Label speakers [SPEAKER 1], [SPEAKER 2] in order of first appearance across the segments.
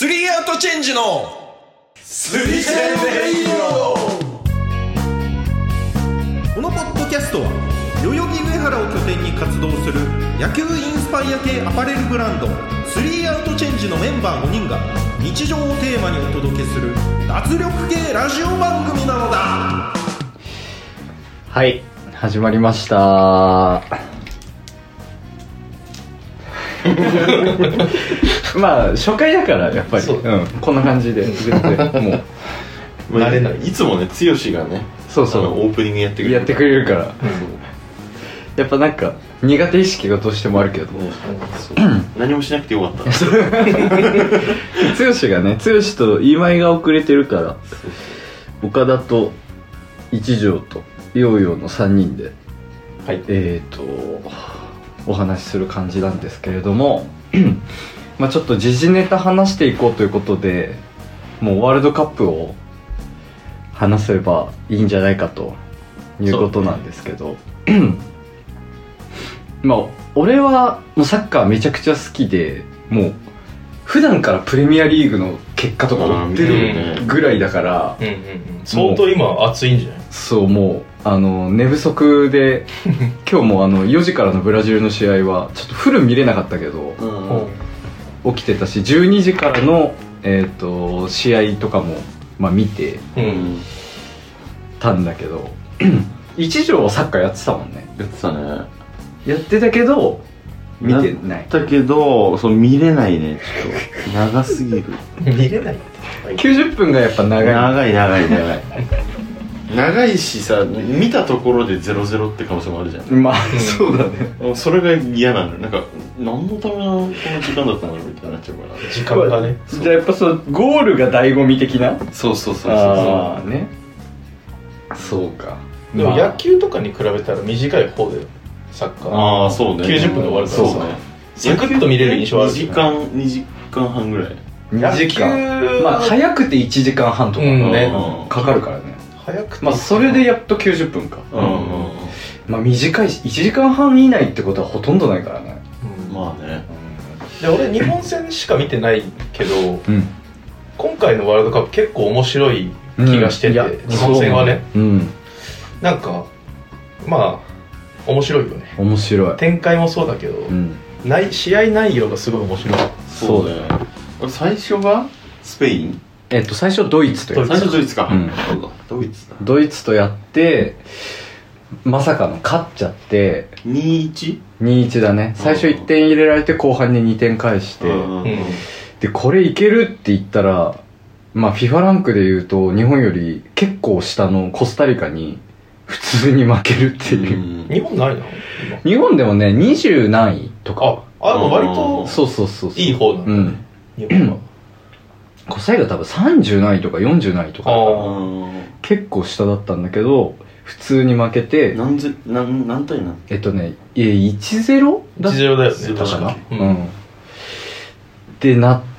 [SPEAKER 1] アートチェンジのスリセンレイ
[SPEAKER 2] このポッドキャストは代々木上原を拠点に活動する野球インスパイア系アパレルブランドスリーアウトチェンジのメンバー5人が日常をテーマにお届けする脱力系ラジオ番組なのだ
[SPEAKER 3] はい、始まりま した。まあ、初回だから、やっぱり、うん、こんな感じで、全然、もう、
[SPEAKER 4] 慣れないいつもね剛がね
[SPEAKER 3] そう
[SPEAKER 4] あの
[SPEAKER 3] そ
[SPEAKER 4] オープニングやって
[SPEAKER 3] う、
[SPEAKER 4] くれる
[SPEAKER 3] やってくれるから、やっぱなんか、苦手意識がどうしてもあるけど、
[SPEAKER 4] ねそう何もしなくてよかった そう
[SPEAKER 3] 剛がね、剛と今井が遅れてるから、岡田と一条とヨーヨーの3人で、
[SPEAKER 4] はい
[SPEAKER 3] えー、とお話しする感じなんですけれども まあちょっと時事ネタ話していこうということでもうワールドカップを話せばいいんじゃないかということなんですけど まあ俺はもうサッカーめちゃくちゃ好きでもう普段からプレミアリーグの結果とか追ってるぐらいだから。
[SPEAKER 5] うんうんうん、相当今熱いんじゃない
[SPEAKER 3] そうもうあの寝不足 で今日もあの4時からのブラジルの試合はちょっとフル見れなかったけど起きてたし12時からの、えー、と試合とかも、まあ、見て
[SPEAKER 5] うん
[SPEAKER 3] たんだけど 一条はサッカーやってたもんね
[SPEAKER 4] やってたね
[SPEAKER 3] やってたけど見てない
[SPEAKER 4] だけどそう見れないねちょっと長すぎる
[SPEAKER 5] 見れない
[SPEAKER 3] 90分がやっぱ長い
[SPEAKER 4] 長い長い長い 長いしさ見たところで00って可能性もあるじゃん
[SPEAKER 3] まあそうだね
[SPEAKER 4] もうそれが嫌なのよなんか何のためのこの時間だったんだろうみたいになっちゃうか
[SPEAKER 5] 時間がね
[SPEAKER 3] じゃあやっぱそうゴールが醍醐味的な
[SPEAKER 4] らそうそうそう
[SPEAKER 3] ああねそうか
[SPEAKER 5] でも
[SPEAKER 3] まあ
[SPEAKER 5] 野球とかに比べたら短い方でサッカー
[SPEAKER 4] ああそうね
[SPEAKER 5] 90分で終わるから
[SPEAKER 4] そうね
[SPEAKER 5] サクッと見れる印象はある
[SPEAKER 4] 2時間2時間半ぐらい
[SPEAKER 3] 2時間
[SPEAKER 5] 野球
[SPEAKER 3] まあ早くて1時間半とか、
[SPEAKER 5] うんね
[SPEAKER 4] うん
[SPEAKER 3] かかるからね
[SPEAKER 5] 早くて
[SPEAKER 3] まあそれでやっと90分か、
[SPEAKER 4] うん
[SPEAKER 3] まあ短いし1時間半以内ってことはほとんどないからね
[SPEAKER 5] うん
[SPEAKER 4] まあね
[SPEAKER 5] で俺日本戦しか見てないけど
[SPEAKER 3] うん
[SPEAKER 5] 今回のワールドカップ結構面白い気がして
[SPEAKER 3] い
[SPEAKER 5] て、
[SPEAKER 3] や
[SPEAKER 5] 日本戦はね
[SPEAKER 3] そううん
[SPEAKER 5] なんかまあ面白いよね
[SPEAKER 3] 面白い
[SPEAKER 5] 展開もそうだけど、
[SPEAKER 3] うん
[SPEAKER 5] ない試合内容がすごい面白い
[SPEAKER 3] そうだよ
[SPEAKER 4] よ俺最初がスペイン
[SPEAKER 3] えっと最初ドイツとやっ
[SPEAKER 4] 最初ドイツか、
[SPEAKER 3] うん
[SPEAKER 4] そうだドイツだ
[SPEAKER 3] ドイツとやってまさかの勝っちゃって
[SPEAKER 4] 21
[SPEAKER 3] 2-1だね最初1点入れられて後半に2点返して、
[SPEAKER 4] うん
[SPEAKER 5] うん
[SPEAKER 3] でこれいけるって言ったらまあ FIFA ランクで言うと日本より結構下のコスタリカに普通に負けるっていう、
[SPEAKER 4] うん
[SPEAKER 5] 日本ないの今
[SPEAKER 3] 日本でもね20何位とか
[SPEAKER 5] ああでも割と
[SPEAKER 3] そうそうそうそう
[SPEAKER 5] いい方なん
[SPEAKER 3] う
[SPEAKER 5] だ、
[SPEAKER 3] ん
[SPEAKER 5] 日本は
[SPEAKER 3] コスタリカ多分30何位とか40何位とか
[SPEAKER 5] あ
[SPEAKER 3] 結構下だったんだけど普通に負けて
[SPEAKER 4] 何ぜ何何対何
[SPEAKER 3] えっとねえ1-0
[SPEAKER 5] あ
[SPEAKER 3] だっ
[SPEAKER 5] 事情だよね
[SPEAKER 4] そう
[SPEAKER 5] 確
[SPEAKER 4] だ
[SPEAKER 5] か
[SPEAKER 3] うん、ってなって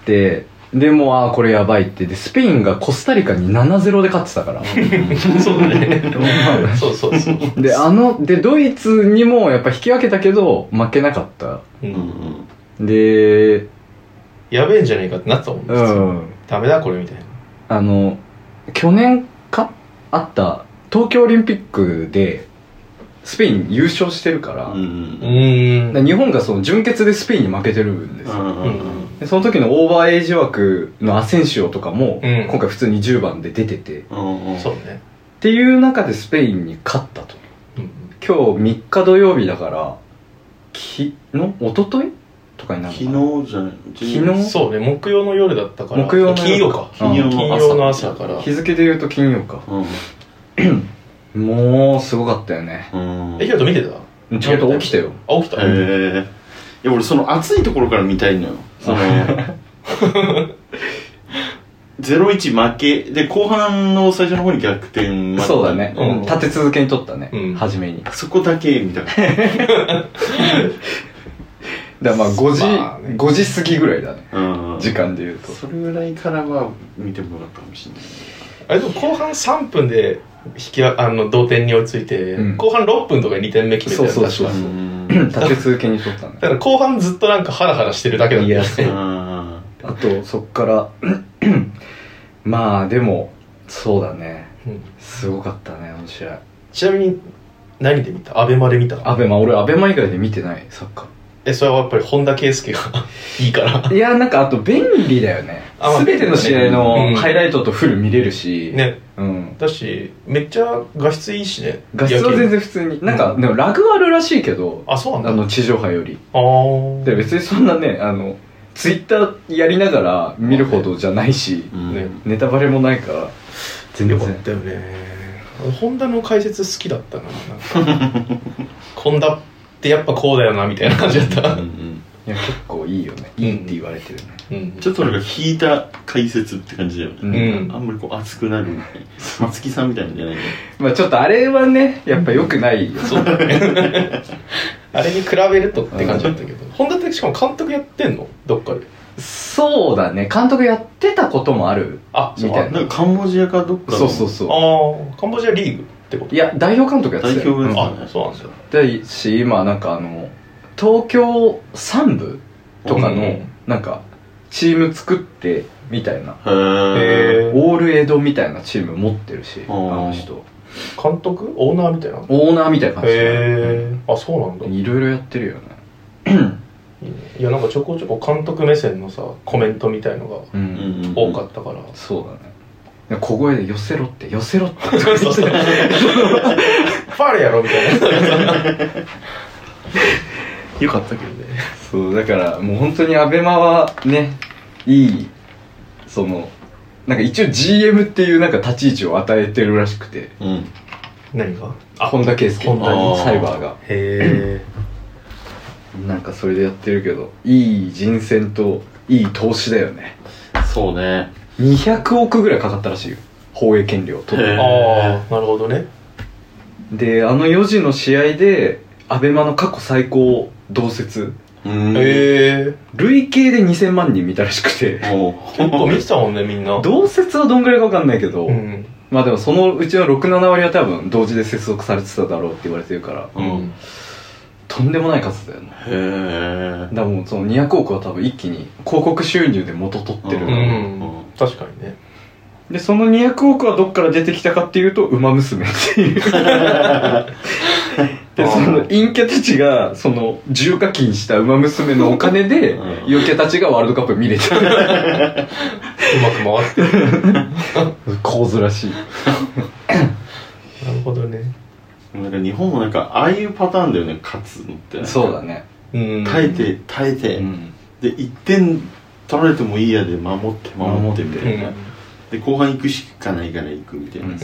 [SPEAKER 3] でもうああこれやばいってでスペインがコスタリカに7-0で勝ってたから
[SPEAKER 5] うん そうだねそうそ うそう、
[SPEAKER 3] であのでドイツにもやっぱ引き分けたけど負けなかった
[SPEAKER 5] う
[SPEAKER 4] うん
[SPEAKER 5] ん、
[SPEAKER 3] で
[SPEAKER 5] やべえんじゃねえかってなってたもんね、
[SPEAKER 3] う
[SPEAKER 5] 普通
[SPEAKER 3] ん
[SPEAKER 5] ダメだこれみたいな
[SPEAKER 3] あの去年かあった東京オリンピックでスペイン優勝してるから,、
[SPEAKER 4] うんうん
[SPEAKER 5] ー
[SPEAKER 3] 日本がその準決でスペインに負けてるんです
[SPEAKER 4] う
[SPEAKER 3] よ、
[SPEAKER 4] んうんうん
[SPEAKER 3] でその時のオーバーエイジ枠のアセンシオとかも、
[SPEAKER 5] うん
[SPEAKER 3] 今回普通に10番で出ててっ
[SPEAKER 4] うんうん
[SPEAKER 5] そうね、
[SPEAKER 3] ていう中でスペインに勝ったと
[SPEAKER 5] うん、
[SPEAKER 3] 今日3日土曜日だから昨日一昨日とかになる
[SPEAKER 4] 昨
[SPEAKER 3] のかな
[SPEAKER 4] 日じゃない
[SPEAKER 3] 昨日
[SPEAKER 5] そうね木曜の夜だったから
[SPEAKER 3] 木曜の夜
[SPEAKER 5] 金曜か
[SPEAKER 4] 金曜
[SPEAKER 5] 金
[SPEAKER 4] の朝
[SPEAKER 5] 曜の朝から
[SPEAKER 3] 日付で言うと金曜か
[SPEAKER 4] うん
[SPEAKER 3] もうすごかったよね
[SPEAKER 4] うん
[SPEAKER 5] えヒロト見てた
[SPEAKER 3] ちゃんと起きたよ
[SPEAKER 5] あ起きた、
[SPEAKER 4] ええいや俺その暑いところから見たいのよその0-1負けで後半の最初の方に逆転負け
[SPEAKER 3] そうだね、
[SPEAKER 5] うん
[SPEAKER 3] 立て続けに取ったね、
[SPEAKER 5] うん
[SPEAKER 3] 初めに
[SPEAKER 4] そこだけ見たかった
[SPEAKER 3] だからまあ5時、
[SPEAKER 5] まあね
[SPEAKER 3] 5時過ぎぐらいだね
[SPEAKER 4] うん
[SPEAKER 3] 時間で言うと
[SPEAKER 4] それぐらいからは見てもよかったかもしれない
[SPEAKER 5] あれでも後半3分で引きああの同点に追いついて、
[SPEAKER 3] うん
[SPEAKER 5] 後半6分とかに2点目決めたよね
[SPEAKER 3] そうそうそう
[SPEAKER 5] 確か
[SPEAKER 4] うん
[SPEAKER 3] 立て続けに撮った ん
[SPEAKER 5] だ
[SPEAKER 3] だ
[SPEAKER 5] から後半ずっとなんかハラハラしてるだけだったよ
[SPEAKER 3] いやそう
[SPEAKER 4] あ
[SPEAKER 3] あとそっから まあでもそうだね
[SPEAKER 5] うん
[SPEAKER 3] すごかったね面白い
[SPEAKER 5] ちなみに何で見たアベマで見た
[SPEAKER 3] アベマ俺アベマ以外で見てないサッカ
[SPEAKER 5] えそれはやっぱり本田圭佑が いいから
[SPEAKER 3] ーいやなんかあと便利だよね
[SPEAKER 5] あまあ
[SPEAKER 3] 全ての試合
[SPEAKER 5] うん
[SPEAKER 3] のハイライトとフル見れるし、
[SPEAKER 5] ね
[SPEAKER 3] うん
[SPEAKER 5] だしめっちゃ画質いいしね
[SPEAKER 3] 画質は全
[SPEAKER 5] 夜景
[SPEAKER 3] 然普通になんかでもラグあるらしいけど
[SPEAKER 5] あそう
[SPEAKER 3] あ
[SPEAKER 5] なんだ
[SPEAKER 3] の地上波より
[SPEAKER 5] あー
[SPEAKER 3] で別にそんなねあのツイッターやりながら見るほどじゃないし
[SPEAKER 4] うん
[SPEAKER 5] ね
[SPEAKER 3] ネタバレもないから全
[SPEAKER 5] よ
[SPEAKER 3] 然
[SPEAKER 5] かったよね本田の解説好きだったななん か本田ってやっぱこうだよなみたいな感じだっ
[SPEAKER 4] う
[SPEAKER 5] た
[SPEAKER 4] ん
[SPEAKER 3] いや結構いいよねいいって言われてるね
[SPEAKER 5] うん
[SPEAKER 4] ちょっとなんか引いた解説って感じだよ
[SPEAKER 3] う
[SPEAKER 4] ね、
[SPEAKER 3] ん、
[SPEAKER 5] うん
[SPEAKER 4] あんまりこう熱くなる松木さんみたいなんじゃないけ
[SPEAKER 3] まあちょっとあれはねやっぱ良くないよ
[SPEAKER 5] そうだねあれに比べるとって感じだったけど本田ってしかも監督やってんのどっかで
[SPEAKER 3] そうだね監督やってたこともある
[SPEAKER 5] あそう
[SPEAKER 3] みたい
[SPEAKER 4] どなんかカンボジアかどっかの
[SPEAKER 3] そうそうそう
[SPEAKER 5] ああカンボジアリーグってこと
[SPEAKER 3] いや代表監督やって
[SPEAKER 4] 代
[SPEAKER 3] た
[SPEAKER 4] 表
[SPEAKER 3] よ
[SPEAKER 4] が
[SPEAKER 5] あそうなんですよ
[SPEAKER 3] だし今なんかあの東京3部とか
[SPEAKER 5] うんう
[SPEAKER 3] の
[SPEAKER 5] ん
[SPEAKER 3] なんかチーム作ってみたいな
[SPEAKER 4] へえ
[SPEAKER 5] へえ
[SPEAKER 3] オールエドみたいなチーム持ってるしあ
[SPEAKER 4] あー
[SPEAKER 3] の人
[SPEAKER 5] 監督オーナーみたいなへ
[SPEAKER 3] オーナーみたいな感じ
[SPEAKER 5] えあそうなんだいいね
[SPEAKER 3] いろいろやってるよね
[SPEAKER 5] いやなんかちょこちょこ監督目線のさコメントみたいのが
[SPEAKER 3] う、
[SPEAKER 4] うんんうん
[SPEAKER 5] 多かったから
[SPEAKER 3] そうだね小声で「寄せろって寄せろって
[SPEAKER 5] そうそうそう。ファールやろみたいな。」
[SPEAKER 3] よかったけど
[SPEAKER 5] ね
[SPEAKER 3] そうだからもう本当にアベマはねいいそのなんか一応 GM っていうなんか立ち位置を与えてるらしくて
[SPEAKER 4] うん
[SPEAKER 5] 何が
[SPEAKER 3] 本田圭佑
[SPEAKER 5] 本田
[SPEAKER 4] に
[SPEAKER 3] サイバーが
[SPEAKER 5] へ
[SPEAKER 3] なんかそれでやってるけどいい人選といい投資だよね
[SPEAKER 4] そうね
[SPEAKER 3] 200億ぐらいかかったらしいよ放映権料と
[SPEAKER 4] へ
[SPEAKER 5] え。
[SPEAKER 4] え
[SPEAKER 5] ああ、なるほどね。
[SPEAKER 3] であの4時の試合でアベマの過去最高同説
[SPEAKER 4] うん
[SPEAKER 5] へえ。
[SPEAKER 3] 累計で2000万人見たらしくて
[SPEAKER 4] も
[SPEAKER 5] 結構見てたもんね、みんな。
[SPEAKER 3] 同説はどんぐらいか分かんないけど、
[SPEAKER 5] うん。
[SPEAKER 3] まあでもそのうちの67割は多分同時で接続されてただろうって言われてるから
[SPEAKER 4] ううん
[SPEAKER 3] とんでもない数だよねだか
[SPEAKER 4] へえ
[SPEAKER 3] らもうその200億は多分一気に広告収入で元取ってる、
[SPEAKER 5] う
[SPEAKER 4] うん
[SPEAKER 5] ん。確かにね。
[SPEAKER 3] でその200億はどっから出てきたかっていうと「ウマ娘」っていうでその陰キャたちがその重課金した「ウマ娘」のお金で
[SPEAKER 4] うん
[SPEAKER 3] 陽キャたちがワールドカップ見れた
[SPEAKER 5] うまく回ってる。
[SPEAKER 3] 構図らしい
[SPEAKER 5] なるほどね。
[SPEAKER 4] なんか日本もなんかああいうパターンだよね勝つのって
[SPEAKER 3] そうだね
[SPEAKER 5] うん。
[SPEAKER 4] 耐えて耐えて、
[SPEAKER 3] うん
[SPEAKER 4] で1点取られてもいいやで守って守ってみ
[SPEAKER 5] う
[SPEAKER 4] たいな、
[SPEAKER 5] ん。
[SPEAKER 4] で後半行くしかないから行くみたいな、
[SPEAKER 3] うん
[SPEAKER 5] うん。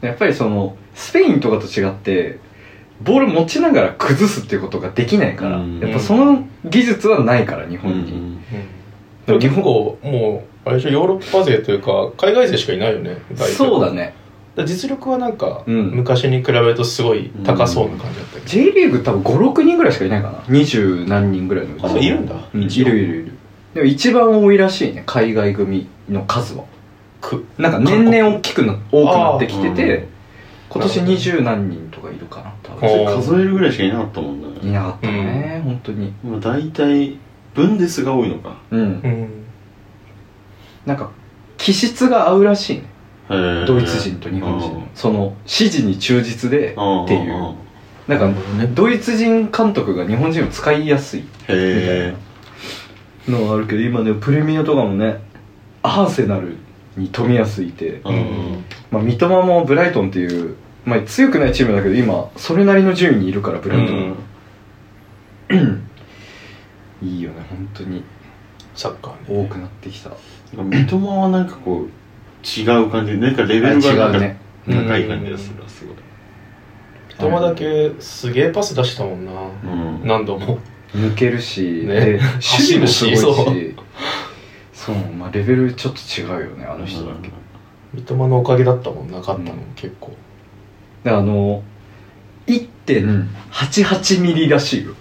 [SPEAKER 3] やっぱりそのスペインとかと違ってボール持ちながら崩すっていうことができないから、
[SPEAKER 4] うん
[SPEAKER 3] やっぱその技術はないから日本に、
[SPEAKER 5] でも結構、もう、あれでしょ、ヨーロッパ勢というか、海外勢しかいないよね、代表
[SPEAKER 3] そうだ。ね
[SPEAKER 5] だから実力はなんか、
[SPEAKER 3] うん
[SPEAKER 5] 昔に比べるとすごい高そうな感じだったけ
[SPEAKER 3] J リーグ多分56人ぐらいしかいないかな二十何人ぐらいのうち
[SPEAKER 5] ど。あ、そういるんだ。
[SPEAKER 3] うん、い
[SPEAKER 5] 一応
[SPEAKER 3] るいるいるでも一番多いらしいね海外組の数は
[SPEAKER 5] く
[SPEAKER 3] なんか年々大きくな多くなってきて
[SPEAKER 4] あーう
[SPEAKER 3] て
[SPEAKER 4] ん
[SPEAKER 3] 今年二十何人とかいるかな多
[SPEAKER 5] お
[SPEAKER 3] 分
[SPEAKER 5] ー
[SPEAKER 4] 数えるぐらいしかいなかったもんだ
[SPEAKER 3] い
[SPEAKER 4] ね
[SPEAKER 3] なかったね、本当に
[SPEAKER 4] 今大体ブンデスが多いのか
[SPEAKER 3] うん
[SPEAKER 5] うん。
[SPEAKER 3] なんか気質が合うらしいね
[SPEAKER 4] へー
[SPEAKER 3] ドイツ人と日本人、その指示に忠実で
[SPEAKER 4] うん
[SPEAKER 3] ってい
[SPEAKER 4] んん
[SPEAKER 3] うなんかドイツ人監督が日本人を使いやすい
[SPEAKER 4] へえ
[SPEAKER 3] のはあるけど今ねプレミアとかもねアーセナルに富安いて、
[SPEAKER 4] うん
[SPEAKER 3] まあ、三笘もブライトンっていう、まあ、強くないチームだけど今それなりの順位にいるからブ
[SPEAKER 4] う
[SPEAKER 3] ライトン、
[SPEAKER 4] ん
[SPEAKER 3] いいよね本当に
[SPEAKER 5] サッカー
[SPEAKER 3] 多
[SPEAKER 5] ね。
[SPEAKER 3] くなってきた
[SPEAKER 4] なんか三笘はなんかこう違う感じなんかレベルが
[SPEAKER 3] あ違
[SPEAKER 4] なん
[SPEAKER 3] う
[SPEAKER 4] か
[SPEAKER 3] ね
[SPEAKER 4] 高い感じがするわすごい
[SPEAKER 5] 三笘だけすげえパス出したもんな、
[SPEAKER 4] うん
[SPEAKER 5] 何度も
[SPEAKER 3] 抜けるし、
[SPEAKER 5] ね
[SPEAKER 3] で守備もすごいし
[SPEAKER 5] 走るし
[SPEAKER 3] そうまあ、レベルちょっと違うよねあの人だけ、
[SPEAKER 5] 三笘のおかげだったもんなかったの、
[SPEAKER 3] うん
[SPEAKER 5] 結構
[SPEAKER 3] であの1.88ミリらしいよ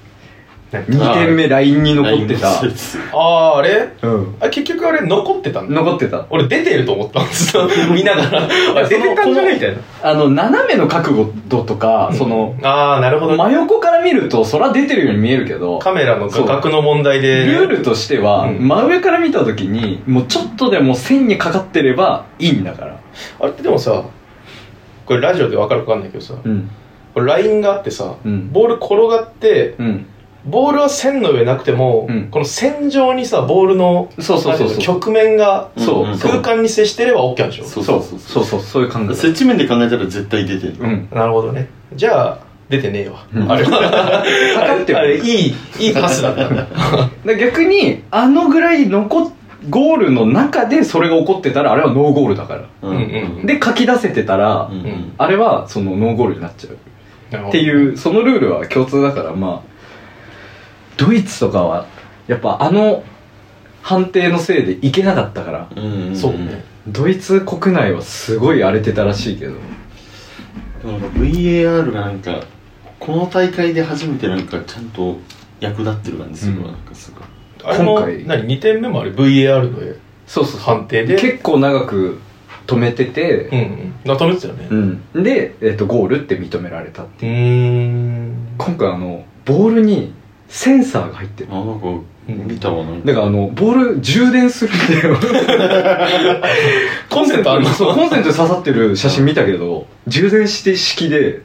[SPEAKER 3] 2点目 LINE に残ってた
[SPEAKER 4] ラインの施設
[SPEAKER 5] あーあれ
[SPEAKER 3] うん
[SPEAKER 5] あ結局あれ残ってたんだ
[SPEAKER 3] 残ってた
[SPEAKER 5] 俺出てると思ったんですよ 見ながらあ出てたんじゃないみたいな
[SPEAKER 3] あの斜めの角度とか、その
[SPEAKER 5] ああなるほど
[SPEAKER 3] 真横から見るとそら出てるように見えるけど
[SPEAKER 5] カメラの画角の問題で
[SPEAKER 3] ルールとしては、
[SPEAKER 5] うん
[SPEAKER 3] 真上から見た時にもうちょっとでも線にかかってればいいんだから
[SPEAKER 5] あれってでもさこれラジオで分かるか分かんないけどさ
[SPEAKER 3] うん
[SPEAKER 5] これラインがあってさ
[SPEAKER 3] うん
[SPEAKER 5] ボール転がって
[SPEAKER 3] うん
[SPEAKER 5] ボールは線の上なくても、
[SPEAKER 3] うん
[SPEAKER 5] この線上にさボールの
[SPEAKER 3] そうそうそう
[SPEAKER 5] なんていの
[SPEAKER 3] そう
[SPEAKER 5] 局面が
[SPEAKER 3] そう
[SPEAKER 4] うんうん
[SPEAKER 3] そう
[SPEAKER 5] 空間に接してれば OK なんでしょ
[SPEAKER 4] そう
[SPEAKER 3] そ
[SPEAKER 4] そう
[SPEAKER 3] そ
[SPEAKER 4] うそうう
[SPEAKER 3] そうそういう考え
[SPEAKER 4] 接地面で考えたら絶対出てる
[SPEAKER 3] うん
[SPEAKER 5] なるほどねじゃあ出てねえわ、
[SPEAKER 3] うん
[SPEAKER 5] あれは
[SPEAKER 3] かかって
[SPEAKER 5] あ
[SPEAKER 3] る
[SPEAKER 5] れいいいいパスだったん だ
[SPEAKER 3] で逆にあのぐらい残っゴールの中でそれが起こってたらあれはノーゴールだから
[SPEAKER 4] う
[SPEAKER 5] うんうん
[SPEAKER 3] で書き出せてたら、
[SPEAKER 4] うんうん
[SPEAKER 3] あれはそのノーゴールになっちゃうって
[SPEAKER 5] う
[SPEAKER 3] いうそのルールは共通だからまあドイツとかはやっぱあの判定のせいでいけなかったから
[SPEAKER 4] うんん
[SPEAKER 5] そうね
[SPEAKER 3] ドイツ国内はすごい荒れてたらしいけど
[SPEAKER 4] でもなんか VAR がなんかこの大会で初めてなんかちゃんと役立ってる感じするわ、
[SPEAKER 3] うん
[SPEAKER 4] なんかすごい
[SPEAKER 5] あれも
[SPEAKER 3] 今回
[SPEAKER 5] 何2点目もあれ VAR の
[SPEAKER 3] そうそうそう
[SPEAKER 5] 判定で
[SPEAKER 3] 結構長く止めてて、
[SPEAKER 5] うんうんだと思ってたよね
[SPEAKER 3] うんで、えっとゴールって認められた
[SPEAKER 5] うーん
[SPEAKER 3] 今回あのボールにセンサーが入ってる
[SPEAKER 4] あなんか見たわなんか
[SPEAKER 3] だからあのボール充電するんだよ
[SPEAKER 5] コンセントあるの
[SPEAKER 3] そうコンセントに刺さってる写真見たけど充電して式で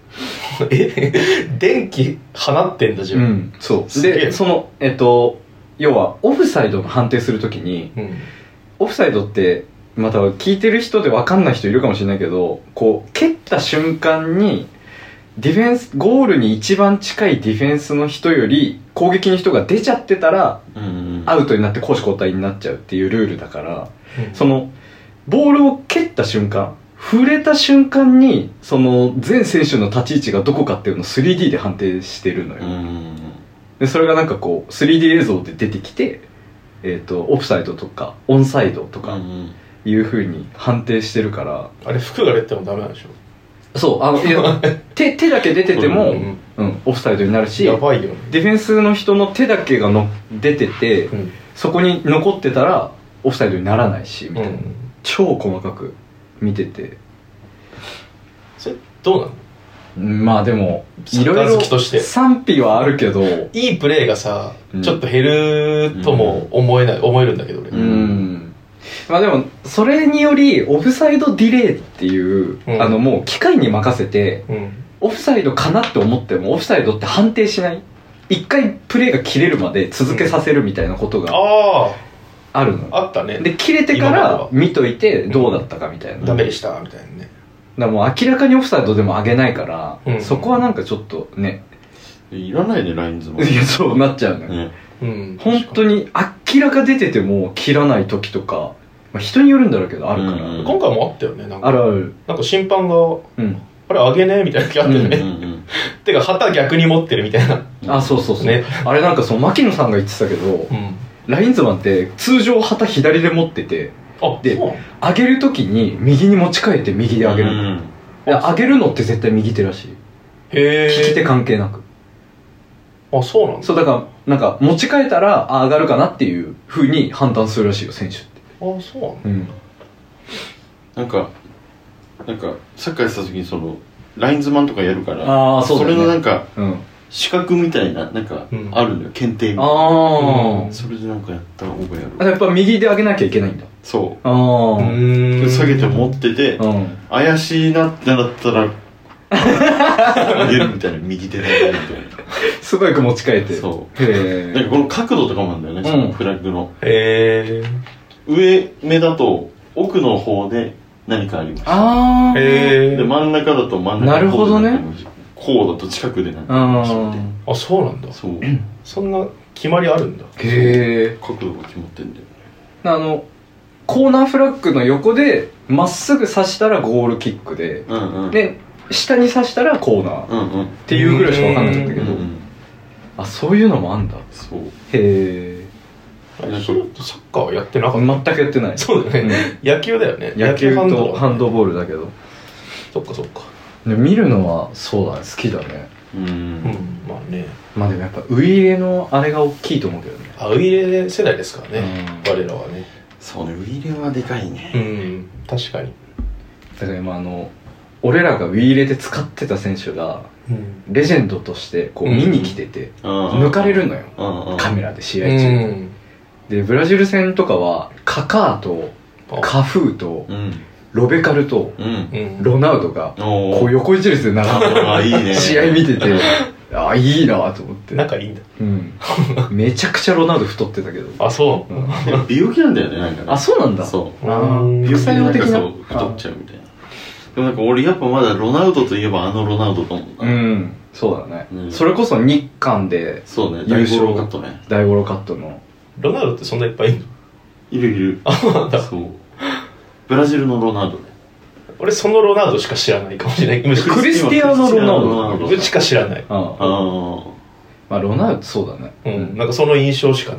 [SPEAKER 5] え電気放ってんだ自
[SPEAKER 3] う
[SPEAKER 5] 分、
[SPEAKER 3] んそう
[SPEAKER 5] すげえ
[SPEAKER 3] でそのえっと要はオフサイドの判定するときに
[SPEAKER 5] うん
[SPEAKER 3] オフサイドってまた聞いてる人で分かんない人いるかもしれないけどこう蹴った瞬間にディフェンスゴールに一番近いディフェンスの人より攻撃の人が出ちゃってたら
[SPEAKER 4] うんうん
[SPEAKER 3] アウトになって攻守交代になっちゃうっていうルールだから
[SPEAKER 5] うん
[SPEAKER 3] そのボールを蹴った瞬間触れた瞬間にその全選手の立ち位置がどこかっていうのを 3D で判定してるのよ、
[SPEAKER 4] うん
[SPEAKER 3] でそれがなんかこう 3D 映像で出てきて、えー、とオフサイドとかオンサイドと
[SPEAKER 4] う
[SPEAKER 3] か
[SPEAKER 4] ん
[SPEAKER 3] いうふうに判定してるから、
[SPEAKER 5] あれ服が出てもダメなんでしょ
[SPEAKER 3] そうあのい や手手だけ出てても、
[SPEAKER 4] う
[SPEAKER 3] うんオフサイドになるし
[SPEAKER 5] やばいよね、
[SPEAKER 3] ディフェンスの人の手だけがの出てて
[SPEAKER 5] うん
[SPEAKER 3] そこに残ってたらオフサイドにならないしみたいな、超細かく見てて
[SPEAKER 5] それどうなの
[SPEAKER 3] うんまあでも
[SPEAKER 5] サ
[SPEAKER 3] い
[SPEAKER 5] ッ
[SPEAKER 3] ろ
[SPEAKER 5] カー
[SPEAKER 3] いろ
[SPEAKER 5] 好きとして
[SPEAKER 3] 賛否はあるけど
[SPEAKER 5] いいプレーがさ、
[SPEAKER 3] うん
[SPEAKER 5] ちょっと減るとも思えない、思えるんだけど俺、
[SPEAKER 3] う、
[SPEAKER 4] うんん
[SPEAKER 3] まあでもそれによりオフサイドディレイっていう、
[SPEAKER 5] うん
[SPEAKER 3] あのもう機械に任せて
[SPEAKER 5] うん
[SPEAKER 3] オフサイドかなって思ってもオフサイドって判定しない一回プレーが切れるまで続けさせるみたいなことが
[SPEAKER 5] あ
[SPEAKER 3] あるの、
[SPEAKER 5] ああったね
[SPEAKER 3] で切れてか
[SPEAKER 5] 今まで
[SPEAKER 3] ら
[SPEAKER 5] は
[SPEAKER 3] 見といてどうだったかみたいな、
[SPEAKER 5] ダメでしたみたいなね
[SPEAKER 3] だからもう明らかにオフサイドでも上げないから、
[SPEAKER 5] うん
[SPEAKER 3] そこはなんかちょっとね
[SPEAKER 4] いらないねラインズも
[SPEAKER 3] いやそうなっちゃうね、
[SPEAKER 4] ね
[SPEAKER 5] うん
[SPEAKER 3] 本当に明らか出てても切らない時とか、まあ、人によるんだろうけどあるから、
[SPEAKER 4] うん
[SPEAKER 5] 今回もあったよねなんか
[SPEAKER 3] あるある
[SPEAKER 5] なんか審判が「
[SPEAKER 3] うん
[SPEAKER 5] あれあげねえ」みたいな時あったよね、
[SPEAKER 4] うん
[SPEAKER 5] てか旗逆に持ってるみたいな
[SPEAKER 3] あそうそうそう、
[SPEAKER 5] ね
[SPEAKER 3] あれなんかその牧野さんが言ってたけど
[SPEAKER 5] うん
[SPEAKER 3] ラインズマンって通常旗左で持ってて
[SPEAKER 5] あ
[SPEAKER 3] で
[SPEAKER 5] そうなの
[SPEAKER 3] 上げる時に右に持ち替えて右で上げる、
[SPEAKER 4] う
[SPEAKER 3] い
[SPEAKER 4] ん
[SPEAKER 3] や上げるのって絶対右手らしい
[SPEAKER 5] へえ
[SPEAKER 3] 利き手関係なく
[SPEAKER 5] あそうなんだ
[SPEAKER 3] そうだからなんか持ち替えたらあ上がるかなっていうふうに判断するらしいよ選手って
[SPEAKER 5] あそうなんだ
[SPEAKER 3] うん
[SPEAKER 4] なんかなんかサッカーやってた時にそのラインズマンとかやるから
[SPEAKER 3] ああそうだ、ね、
[SPEAKER 4] れのなんか
[SPEAKER 3] うん
[SPEAKER 4] 資格みたいななんか
[SPEAKER 5] うん
[SPEAKER 4] あるのよ検定みたい
[SPEAKER 3] あ
[SPEAKER 5] う
[SPEAKER 3] ー
[SPEAKER 4] なそれでなんかやった覚えある
[SPEAKER 3] あやっぱ右で上げなきゃいけないんだ
[SPEAKER 4] そ
[SPEAKER 3] ああ
[SPEAKER 5] うー
[SPEAKER 4] うん下げて持ってて
[SPEAKER 3] うん
[SPEAKER 4] 怪しいなってなったら 上げるみたいな右手で上げるみたい
[SPEAKER 3] 素早く持ち替えて
[SPEAKER 4] なそ
[SPEAKER 3] へ
[SPEAKER 4] うな
[SPEAKER 3] え
[SPEAKER 4] んかこの角度とかもあるんだよね、
[SPEAKER 3] うん
[SPEAKER 4] そのフラッグの
[SPEAKER 5] へえ
[SPEAKER 4] 上目だと奥の方で何かあります
[SPEAKER 3] ああ
[SPEAKER 5] へえ
[SPEAKER 4] で真ん中だと真ん中
[SPEAKER 3] なるほどね
[SPEAKER 4] こうだと近くでなんか
[SPEAKER 3] あ
[SPEAKER 5] あそうなんだ
[SPEAKER 4] そう
[SPEAKER 5] そんな決まりあるんだ
[SPEAKER 3] ーへえ
[SPEAKER 4] 角度が決まってんだよ
[SPEAKER 3] あのコーナーフラッグの横でまっすぐ刺したらゴールキックで
[SPEAKER 4] うんうん
[SPEAKER 3] で下に刺したらコーナーっ
[SPEAKER 4] うんうん
[SPEAKER 3] ていうぐらいしか分かんなかったけ
[SPEAKER 4] うんう
[SPEAKER 3] ど
[SPEAKER 4] ん
[SPEAKER 3] あそういうのもあんだ
[SPEAKER 4] そう
[SPEAKER 3] へえ
[SPEAKER 5] あれヒロとサッカーはやってなかっ
[SPEAKER 3] 全くやって ない
[SPEAKER 5] たそうだよね野球だよね
[SPEAKER 3] 野球
[SPEAKER 5] ハンド
[SPEAKER 3] と
[SPEAKER 5] だ
[SPEAKER 3] ハンドボールだけど
[SPEAKER 5] そっかそっか
[SPEAKER 3] で見るのはそうだね好きだね
[SPEAKER 4] う
[SPEAKER 5] うん
[SPEAKER 4] ん
[SPEAKER 5] まあね
[SPEAKER 3] まあでもやっぱウイイレのあれが大きいと思うけどね
[SPEAKER 5] あウイレ世代ですからね、
[SPEAKER 3] うん
[SPEAKER 5] 我らはね
[SPEAKER 4] そうねウイレはでかいね
[SPEAKER 5] うん確かに、
[SPEAKER 3] だから今あの俺らがウイイレで使ってた選手が
[SPEAKER 5] うん
[SPEAKER 3] レジェンドとしてこう
[SPEAKER 5] うん
[SPEAKER 3] 見に来てて、
[SPEAKER 4] 抜
[SPEAKER 3] 抜かれるのよ、カメ
[SPEAKER 4] ラ
[SPEAKER 3] ラで試合中、でブラジル戦とかはカカーとカフーと
[SPEAKER 4] うん
[SPEAKER 3] ロベカルと
[SPEAKER 4] うん
[SPEAKER 5] うん
[SPEAKER 3] ロナウドが
[SPEAKER 4] お
[SPEAKER 3] こう横一列で並んで
[SPEAKER 4] ああいいね
[SPEAKER 3] 試合見ててああいいなと思って
[SPEAKER 5] 仲いいんだ
[SPEAKER 3] うん、めちゃくちゃロナウド太ってたけど、
[SPEAKER 5] あそ
[SPEAKER 3] うん
[SPEAKER 4] 美容気なんだよねなんかね
[SPEAKER 3] あそうなんだ
[SPEAKER 4] そう
[SPEAKER 5] う
[SPEAKER 3] あー
[SPEAKER 5] うん
[SPEAKER 3] 副作用的な
[SPEAKER 4] そう太っちゃうみたいなでもなんか俺やっぱまだロナウドといえばあのロナウドと思
[SPEAKER 3] う
[SPEAKER 4] うな、
[SPEAKER 3] んそうだね、
[SPEAKER 4] うん
[SPEAKER 3] それこそ日韓で
[SPEAKER 4] そうね
[SPEAKER 3] 優
[SPEAKER 4] 大
[SPEAKER 3] 勝
[SPEAKER 4] 五郎カットね
[SPEAKER 3] 大五郎カットの
[SPEAKER 5] ロナウドってそんないっぱいいるの
[SPEAKER 4] いるいる そうブラジルのロナウドね
[SPEAKER 5] 俺そのロナウドしか知らないかもしれないむしろ
[SPEAKER 3] クリスティアーノロナウド
[SPEAKER 4] ク
[SPEAKER 5] う
[SPEAKER 4] リ
[SPEAKER 5] ち
[SPEAKER 4] ス
[SPEAKER 5] しか知らない
[SPEAKER 3] ああ
[SPEAKER 4] ティアーノロナウドあ
[SPEAKER 3] まあロナウドそうだね
[SPEAKER 5] うん、なんかその印象しかない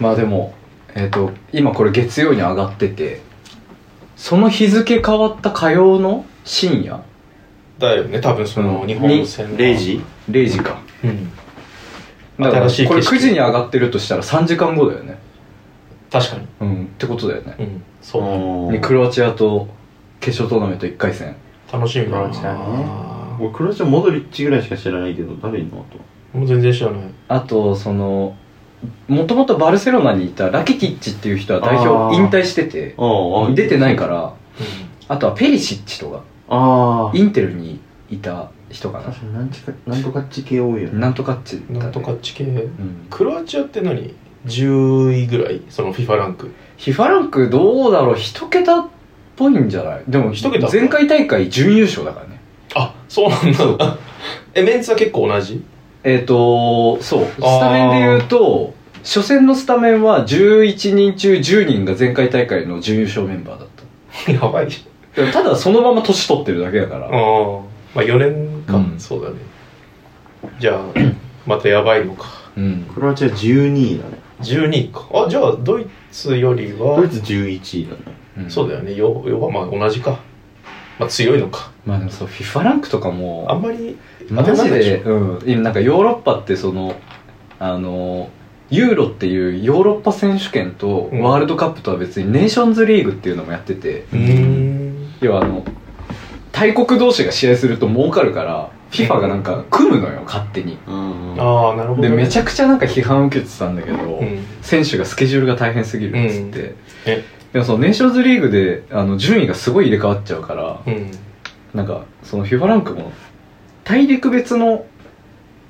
[SPEAKER 3] まあでもえっ、と今これ月曜に上がっててその日付変わった火曜の深夜
[SPEAKER 5] だよね多分その
[SPEAKER 3] うん
[SPEAKER 5] 日本戦の
[SPEAKER 4] ーレイジ
[SPEAKER 3] 0時か
[SPEAKER 5] うん
[SPEAKER 3] だから
[SPEAKER 5] 新しい景
[SPEAKER 3] これ
[SPEAKER 5] 色
[SPEAKER 3] 9時に上がってるとしたら3時間後だよね
[SPEAKER 5] 確かに
[SPEAKER 3] うんってことだよね、
[SPEAKER 5] うんそう
[SPEAKER 4] お
[SPEAKER 3] で
[SPEAKER 4] ー
[SPEAKER 3] クロアチアと決勝トーナメント1回戦
[SPEAKER 5] 楽しみだ
[SPEAKER 4] クロアチア
[SPEAKER 5] な
[SPEAKER 4] ね俺クロアチアモドリッチぐらいしか知らないけど誰いんのあと
[SPEAKER 5] もう全然知らない
[SPEAKER 3] あとそのもともとバルセロナにいたラキティッチっていう人は代表
[SPEAKER 4] あー
[SPEAKER 3] 引退してて
[SPEAKER 4] あ
[SPEAKER 3] 出てない
[SPEAKER 4] ら
[SPEAKER 3] からあとはペリシッチとか
[SPEAKER 4] ああ
[SPEAKER 3] インテルにいた人かな
[SPEAKER 4] 確かになんちかなんとかっち系多いよね
[SPEAKER 3] なんとかっちだ、
[SPEAKER 5] うん
[SPEAKER 3] ね、
[SPEAKER 5] なんとか地形
[SPEAKER 3] うん
[SPEAKER 5] クロアチアって何10位ぐらいその FIFA ランク
[SPEAKER 3] ヒファランクどうだろう一桁っぽいんじゃないでも
[SPEAKER 5] 一桁
[SPEAKER 3] 前回大会準優勝だからね
[SPEAKER 5] あそうなんだ えメンツは結構同じ
[SPEAKER 3] えっ、とそうスタメンで言うと初戦のスタメンは11人中10人が前回大会の準優勝メンバーだっ
[SPEAKER 5] やばいじ
[SPEAKER 3] たでもただそのまま年取ってるだけだから
[SPEAKER 5] ゃんああまあ4年か、
[SPEAKER 3] うん
[SPEAKER 5] そうだねじゃあ またやばいのか
[SPEAKER 3] うん
[SPEAKER 4] クロアチア12位だね
[SPEAKER 5] 12位かあじゃあドイツよりは
[SPEAKER 4] ドイツ11位だね
[SPEAKER 3] うん
[SPEAKER 5] そうだよねよ要はまあ同じかまあ強いのか
[SPEAKER 3] まあでもそう FIFA ランクとかも
[SPEAKER 5] あんまり
[SPEAKER 3] マ
[SPEAKER 5] 当て
[SPEAKER 3] ジ
[SPEAKER 5] にならない
[SPEAKER 3] で、うん、今なんかヨーロッパってそのあのユーロっていうヨーロッパ選手権と
[SPEAKER 5] うん
[SPEAKER 3] ワールドカップとは別にネーションズリーグっていうのもやってて、
[SPEAKER 5] うーん
[SPEAKER 3] 要はあの大国同士が試合すると儲かるから FIFA がなんか組むのよ勝手に
[SPEAKER 4] うん
[SPEAKER 5] ああなるほど
[SPEAKER 3] で
[SPEAKER 5] ね、
[SPEAKER 3] めちゃくちゃなんか批判受けてたんだけど、
[SPEAKER 5] うん
[SPEAKER 3] 選手がスケジュールが大変すぎるっつって、
[SPEAKER 5] え
[SPEAKER 3] でもそのネーションズリーグであの順位がすごい入れ替わっちゃうから、
[SPEAKER 5] うん
[SPEAKER 3] なんかその FIFA ランクも大陸別の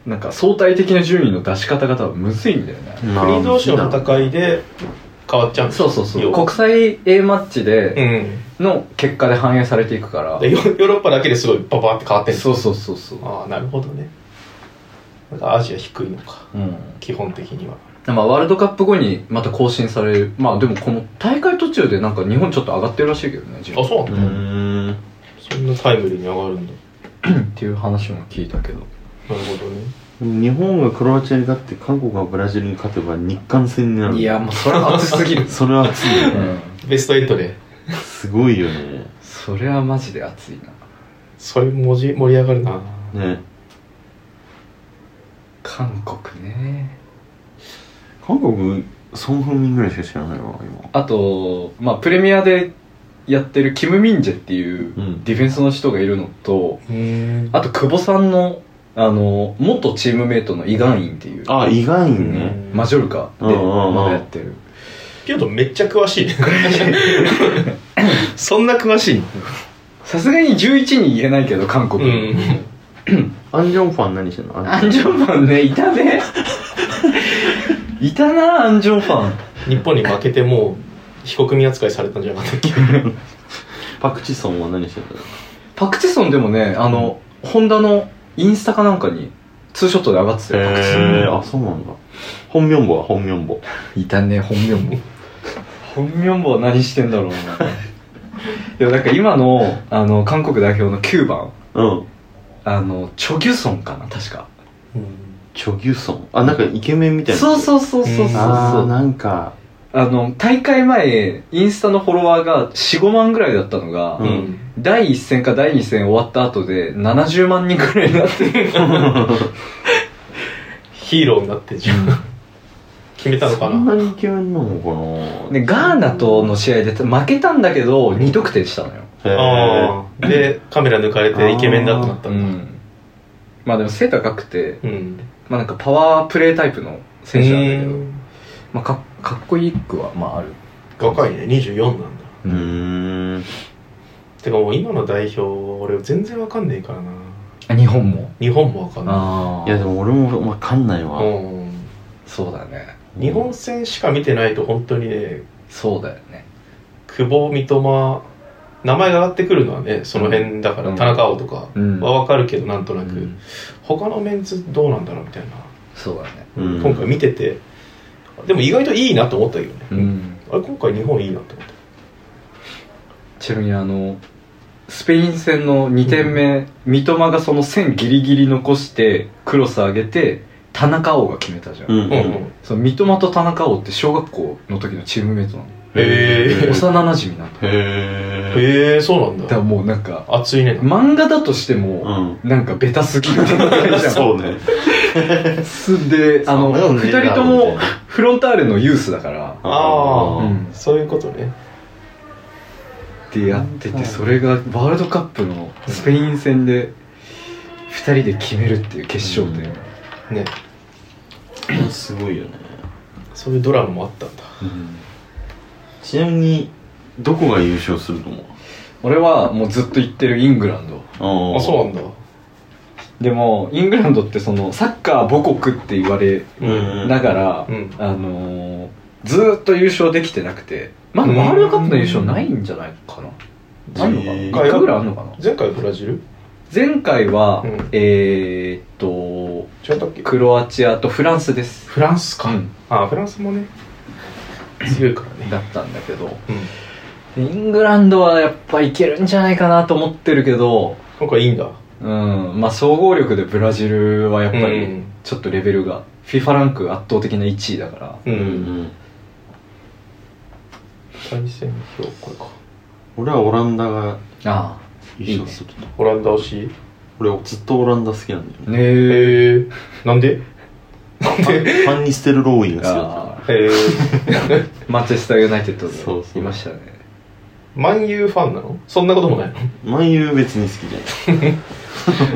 [SPEAKER 3] なんか相対的な順位の出し方が多分むずいんだよね、
[SPEAKER 5] 国同士の戦いで変わっちゃうん
[SPEAKER 3] そうそうそう
[SPEAKER 5] 要
[SPEAKER 3] 国
[SPEAKER 5] は
[SPEAKER 3] 際 A マッチ
[SPEAKER 5] う
[SPEAKER 3] で
[SPEAKER 5] ん
[SPEAKER 3] の結果で反映されていくから、
[SPEAKER 5] でヨヨーロッパだけですごいババーって変わってんの
[SPEAKER 3] そうそうそうそう
[SPEAKER 5] ああなるほどねなんかアジア低いのか
[SPEAKER 3] うん
[SPEAKER 5] 基本的には
[SPEAKER 3] まあワールドカップ後にまた更新されるまあでもこの大会途中でなんか日本ちょっと上がってるらしいけどね順位
[SPEAKER 5] あそうなん
[SPEAKER 4] う
[SPEAKER 5] だ、
[SPEAKER 4] ーん
[SPEAKER 5] そんなタイムリーに上がるんだ
[SPEAKER 3] っていう話も聞いたけど
[SPEAKER 5] なるほどね
[SPEAKER 4] 日本がクロアチアに勝って韓国がブラジルに勝てば日韓戦になる
[SPEAKER 3] いやもうそれは熱すぎる
[SPEAKER 4] それは熱いよ
[SPEAKER 3] う
[SPEAKER 4] ね
[SPEAKER 3] ん
[SPEAKER 5] ベスト8です
[SPEAKER 4] ごい よね
[SPEAKER 3] それはマジで熱いな
[SPEAKER 5] それもじ盛り上がるな
[SPEAKER 4] ね
[SPEAKER 3] 韓国ね
[SPEAKER 4] 韓国ソン・フンミンぐらいしか知らないわ今
[SPEAKER 3] あと、まあ、プレミアでやってるキム・ミンジェっていう
[SPEAKER 4] うん
[SPEAKER 3] ディフェンスの人がいるのと、
[SPEAKER 5] うん
[SPEAKER 3] あと久保さんのあの元チームメイトのイ・ガンインっていう
[SPEAKER 4] あ意外に
[SPEAKER 5] う
[SPEAKER 4] ね
[SPEAKER 5] ん
[SPEAKER 3] マジョルカで
[SPEAKER 4] うんうんうん
[SPEAKER 3] まだやってる、
[SPEAKER 5] けどめっちゃ詳 しいね そんな詳しい
[SPEAKER 3] さすがに11人言えないけど韓国、
[SPEAKER 4] アンジョンファン何してんの
[SPEAKER 3] アンジョンファンねいた ねいたなアンジョンファン
[SPEAKER 5] 日本に負けてもう被告人扱いされたんじゃなかったっけ
[SPEAKER 4] パク・チソンは何してんだ
[SPEAKER 3] パク・チソンでもねあの、ホンダのインスタかなんかにツーショットで上がってたよ、パクチソン
[SPEAKER 4] へえあそうなんだ本名簿は本名簿
[SPEAKER 3] いたね本名も 本名も何してんだ ろうないやなんか今のあの韓国代表の9番
[SPEAKER 4] うん
[SPEAKER 3] あのチョ・ギュソンかな確か
[SPEAKER 4] チョ・ギュソンあなんかイケメンみたいな
[SPEAKER 3] そうそうそうそうそうそう
[SPEAKER 4] あーなんか
[SPEAKER 3] あの大会前インスタのフォロワーが45万ぐらいだったのが、
[SPEAKER 4] うん
[SPEAKER 3] 第1戦か第2戦終わった後で70万人ぐらいになってる
[SPEAKER 5] ヒーローになってじゃん決めたのか
[SPEAKER 4] そ
[SPEAKER 5] なん
[SPEAKER 4] なにイケメンなのかな
[SPEAKER 3] でガーナとの試合で負けたんだけど2得点したのよ、
[SPEAKER 4] へー
[SPEAKER 5] ああでカメラ抜かれてイケメンだってなった
[SPEAKER 3] うん
[SPEAKER 5] だ
[SPEAKER 3] ん、まあでも背高くて、
[SPEAKER 5] うん
[SPEAKER 3] まあ、なんかパワープレータイプの選手なんだけど、
[SPEAKER 5] うん
[SPEAKER 3] まあ、かかっこいいくはまあある
[SPEAKER 5] 若いね24なんだ
[SPEAKER 4] うーん
[SPEAKER 5] てかもう今の代表俺全然わかんねえからな
[SPEAKER 3] あ日本も
[SPEAKER 5] 日本もわかんない
[SPEAKER 3] あ
[SPEAKER 4] いやでも俺もわかんないわ、
[SPEAKER 5] うん
[SPEAKER 3] そうだね
[SPEAKER 5] 日本戦しか見てないと本当にね
[SPEAKER 3] そうだよね
[SPEAKER 5] 久保三笘名前が上がってくるのはねその辺だから、
[SPEAKER 3] うん
[SPEAKER 5] 田中碧とか
[SPEAKER 3] うん
[SPEAKER 5] はわかるけどなんとなく、
[SPEAKER 4] うん
[SPEAKER 5] 他のメンツどうなんだろうみたいな、
[SPEAKER 3] そうだね
[SPEAKER 4] うん
[SPEAKER 5] 今回見ててでも意外といいなと思ったけどね、
[SPEAKER 3] うん
[SPEAKER 5] あれ今回日本いいなと思っ
[SPEAKER 3] ちなみにあのスペイン戦の2点目、三笘がその線ギリギリ残してクロス上げて田中碧が決めたじゃん、
[SPEAKER 4] うんうん
[SPEAKER 5] た、うんうん、
[SPEAKER 3] その三笘と田中碧って小学校の時のチームメイトなの
[SPEAKER 5] へー
[SPEAKER 3] 幼馴染なんだ
[SPEAKER 4] へえ
[SPEAKER 5] へえそうなん
[SPEAKER 3] だか
[SPEAKER 5] だ
[SPEAKER 3] らもうなんか
[SPEAKER 5] 熱いね
[SPEAKER 3] 漫画だとして
[SPEAKER 4] う
[SPEAKER 3] も、
[SPEAKER 4] ん
[SPEAKER 3] なんかベタすぎる展開じゃん
[SPEAKER 4] そうね
[SPEAKER 3] すであの
[SPEAKER 4] そう
[SPEAKER 3] 2人ともフロンターレのユースだから
[SPEAKER 5] ああ、
[SPEAKER 3] うん
[SPEAKER 5] そういうことね
[SPEAKER 3] ってやっててそれがワールドカップのスペイン戦で2人で決めるっていう決勝点、
[SPEAKER 5] ね
[SPEAKER 4] すごいよね、
[SPEAKER 5] そういうドラマもあったんだ
[SPEAKER 4] ちなみにどこが優勝すると思う
[SPEAKER 3] 俺はもうずっと言ってるイングランド
[SPEAKER 4] あ
[SPEAKER 5] あそうなんだ
[SPEAKER 3] でもイングランドってそのサッカー母国って言われ
[SPEAKER 5] うん
[SPEAKER 3] ながら、
[SPEAKER 5] うん
[SPEAKER 3] あのーずーっと優勝できてなくてまだワールドカップの優勝ないんじゃないかなあんのかな
[SPEAKER 4] へー
[SPEAKER 3] 1回ぐらいあんのかな
[SPEAKER 5] 前回ブラジル
[SPEAKER 3] 前回は、
[SPEAKER 5] うん
[SPEAKER 3] えー、っと
[SPEAKER 5] 違ったっけ
[SPEAKER 3] クロアチアとフランスです
[SPEAKER 5] フランスか、
[SPEAKER 3] うん
[SPEAKER 5] あフランスもね強いからね
[SPEAKER 3] だったんだけど
[SPEAKER 5] うん
[SPEAKER 3] でイングランドはやっぱいけるんじゃないかなと思ってるけど
[SPEAKER 5] 今回いいんだ
[SPEAKER 3] うんまあ総合力でブラジルはやっぱ
[SPEAKER 5] う
[SPEAKER 3] り
[SPEAKER 5] ん
[SPEAKER 3] ちょっとレベルが、FIFA ランク圧倒的な1位だから
[SPEAKER 4] う
[SPEAKER 5] う
[SPEAKER 4] んうんん
[SPEAKER 5] 対戦表これか
[SPEAKER 4] 俺はオランダが
[SPEAKER 3] あ
[SPEAKER 4] 優勝すると思う
[SPEAKER 5] オランダ推し
[SPEAKER 4] 俺ずっとオランダ好きなんだよ
[SPEAKER 3] あ
[SPEAKER 4] ね
[SPEAKER 3] ねえ
[SPEAKER 5] へえなんで
[SPEAKER 4] ファンニステル・ローインが好きだった
[SPEAKER 3] あ
[SPEAKER 5] へえ
[SPEAKER 3] ーマンチェスター・ユナイテッド
[SPEAKER 4] そうそう
[SPEAKER 3] でいましたね
[SPEAKER 5] 万有ファンなのそんなこともないの
[SPEAKER 4] 万有別に好きじゃない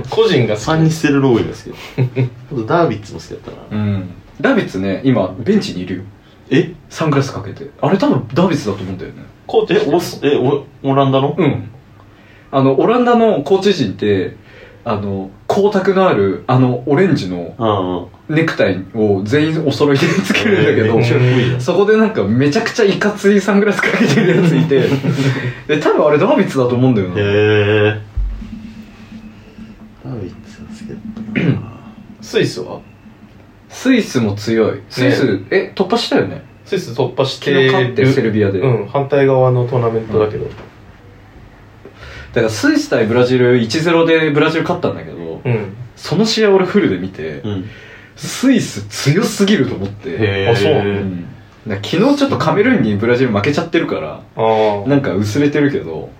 [SPEAKER 5] 個人が
[SPEAKER 4] ファ
[SPEAKER 5] 好
[SPEAKER 4] ンニ
[SPEAKER 5] き
[SPEAKER 4] ステル・ローインが好きだったあとダービッツも好きだったな
[SPEAKER 3] うんダビッツね今ベンチにいるよ
[SPEAKER 4] え
[SPEAKER 3] サングラスかけてあれ多分ダビッツだと思うんだよね
[SPEAKER 5] コーチ
[SPEAKER 4] えオスえオオランダの
[SPEAKER 3] うんあのオランダのコーチ陣ってあの光沢のあるあのオレンジの
[SPEAKER 4] ああ
[SPEAKER 3] ネクタイを全員お揃いでつけるんだけど、
[SPEAKER 5] えーめっちゃ
[SPEAKER 3] そこでなんかめちゃくちゃいかついサングラスかけてるやつい てで多分あれダービッツだと思うんだよな、
[SPEAKER 4] へえダービッツが好きだったな
[SPEAKER 5] スイスは
[SPEAKER 3] スイスも強いスイス、え突破したよね
[SPEAKER 5] スイス突破して
[SPEAKER 3] 昨日勝ってセルビアで、
[SPEAKER 5] うん反対側のトーナメントだけど
[SPEAKER 3] だからスイス対ブラジル1-0でブラジル勝ったんだけど
[SPEAKER 5] うん
[SPEAKER 3] その試合俺フルで見て、
[SPEAKER 4] うん
[SPEAKER 3] スイス強すぎると思って、
[SPEAKER 4] へー
[SPEAKER 5] あそう
[SPEAKER 3] うんだから昨日ちょっとカメルーンにブラジル負けちゃってるから
[SPEAKER 5] ああ
[SPEAKER 3] なんか薄れてるけど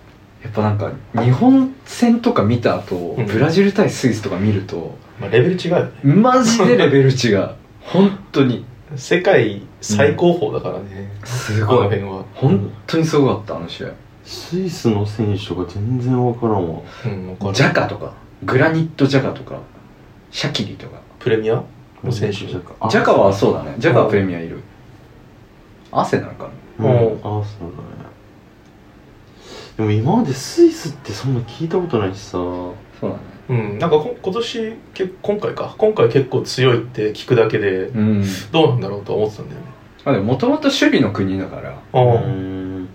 [SPEAKER 3] やっぱなんか日本戦とか見た後、
[SPEAKER 5] ん
[SPEAKER 3] ブラジル対スイスとか見ると
[SPEAKER 5] まあレベル違うよね
[SPEAKER 3] マジでレベル違 う本当に
[SPEAKER 5] 世界最高峰だからね
[SPEAKER 3] す
[SPEAKER 5] この
[SPEAKER 3] ごい
[SPEAKER 5] 辺は
[SPEAKER 3] 本当にすごかったあの試合
[SPEAKER 4] スイスの選手とか全然わからんわ
[SPEAKER 5] うんわかる
[SPEAKER 3] ジャカとかグラニットジャカとかシャキリとか
[SPEAKER 5] プレミアの選手
[SPEAKER 4] ジャカ
[SPEAKER 3] ジャカはそうだねジャカ
[SPEAKER 5] う
[SPEAKER 3] は
[SPEAKER 5] ん
[SPEAKER 3] プレミアいる汗なんかな
[SPEAKER 4] もうんあそうだねでも今までスイスってそんな聞いたことないしさ
[SPEAKER 3] そうだね
[SPEAKER 5] うんなんかこ今年け今回か今回結構強いって聞くだけで
[SPEAKER 3] うん
[SPEAKER 5] どうなんだろうとは思ってたんだよね
[SPEAKER 3] まあでももともと守備の国だから
[SPEAKER 5] ああ
[SPEAKER 4] うーん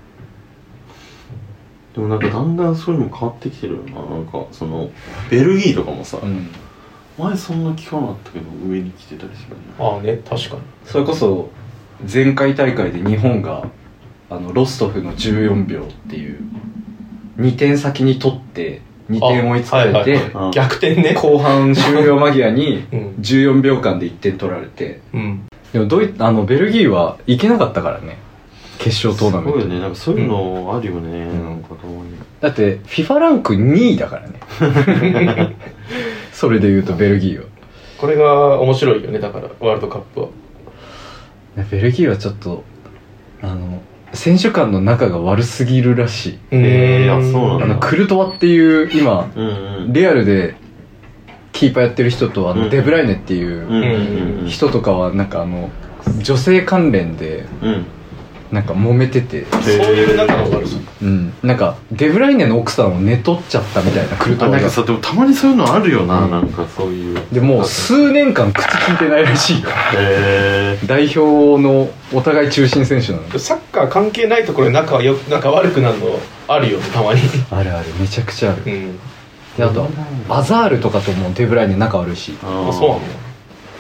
[SPEAKER 4] でもなんかだんだんそういうのも変わってきてるよななんかそのベルギーとかもさ
[SPEAKER 3] うん
[SPEAKER 4] 前そんな聞かなかったけど上に来てたりするよね
[SPEAKER 5] ああね確かに
[SPEAKER 3] それこそ前回大会で日本があのロストフの14秒っていう2点先に取って2点追いつかれて、
[SPEAKER 5] あはいはい
[SPEAKER 4] うん
[SPEAKER 5] 逆転ね
[SPEAKER 3] 後半終了間際に
[SPEAKER 5] うん
[SPEAKER 3] 14秒間で1点取られて
[SPEAKER 5] うん
[SPEAKER 3] でもドイあのベルギーは行けなかったからね決勝トーナメン
[SPEAKER 4] す
[SPEAKER 3] ト
[SPEAKER 4] ごいよねなんかそういうのあるよね、
[SPEAKER 3] ん
[SPEAKER 4] なんかたまに
[SPEAKER 3] だって FIFA ランク2位だからね それで言うとベルギーは
[SPEAKER 5] これが面白いよねだからワールドカップは
[SPEAKER 3] ベルギーはちょっとあの選手間の仲が悪すぎるらしい
[SPEAKER 4] へーあそう
[SPEAKER 3] あ
[SPEAKER 4] なんだ
[SPEAKER 3] のクルトワっていう今
[SPEAKER 4] うんうん
[SPEAKER 3] レアルでキーパーやってる人とあ
[SPEAKER 4] う
[SPEAKER 3] の
[SPEAKER 4] ん
[SPEAKER 3] デブライネって
[SPEAKER 4] うん
[SPEAKER 3] いう
[SPEAKER 4] うんうん
[SPEAKER 3] 人とかはなんかあの女性関連で
[SPEAKER 4] うん
[SPEAKER 3] なんか揉めてて、
[SPEAKER 5] そういう仲の悪さ
[SPEAKER 3] うん、なんかデブライネの奥さんを寝取っちゃったみたいなクルト
[SPEAKER 4] あ
[SPEAKER 3] ワ
[SPEAKER 4] なん
[SPEAKER 3] が
[SPEAKER 4] かさでもたまにそういうのあるよな、
[SPEAKER 3] うん
[SPEAKER 4] なんかそういう
[SPEAKER 3] でもう数年間口聞いてないらしいよ
[SPEAKER 4] へえ
[SPEAKER 3] 代表のお互い中心選手なの
[SPEAKER 5] サッカー関係ないところで仲はよ仲悪くなるのあるよねたまに
[SPEAKER 3] あるあるめちゃくちゃある
[SPEAKER 5] うん
[SPEAKER 3] であとアザールとかともデブライネ仲悪いし
[SPEAKER 4] あ
[SPEAKER 5] あそう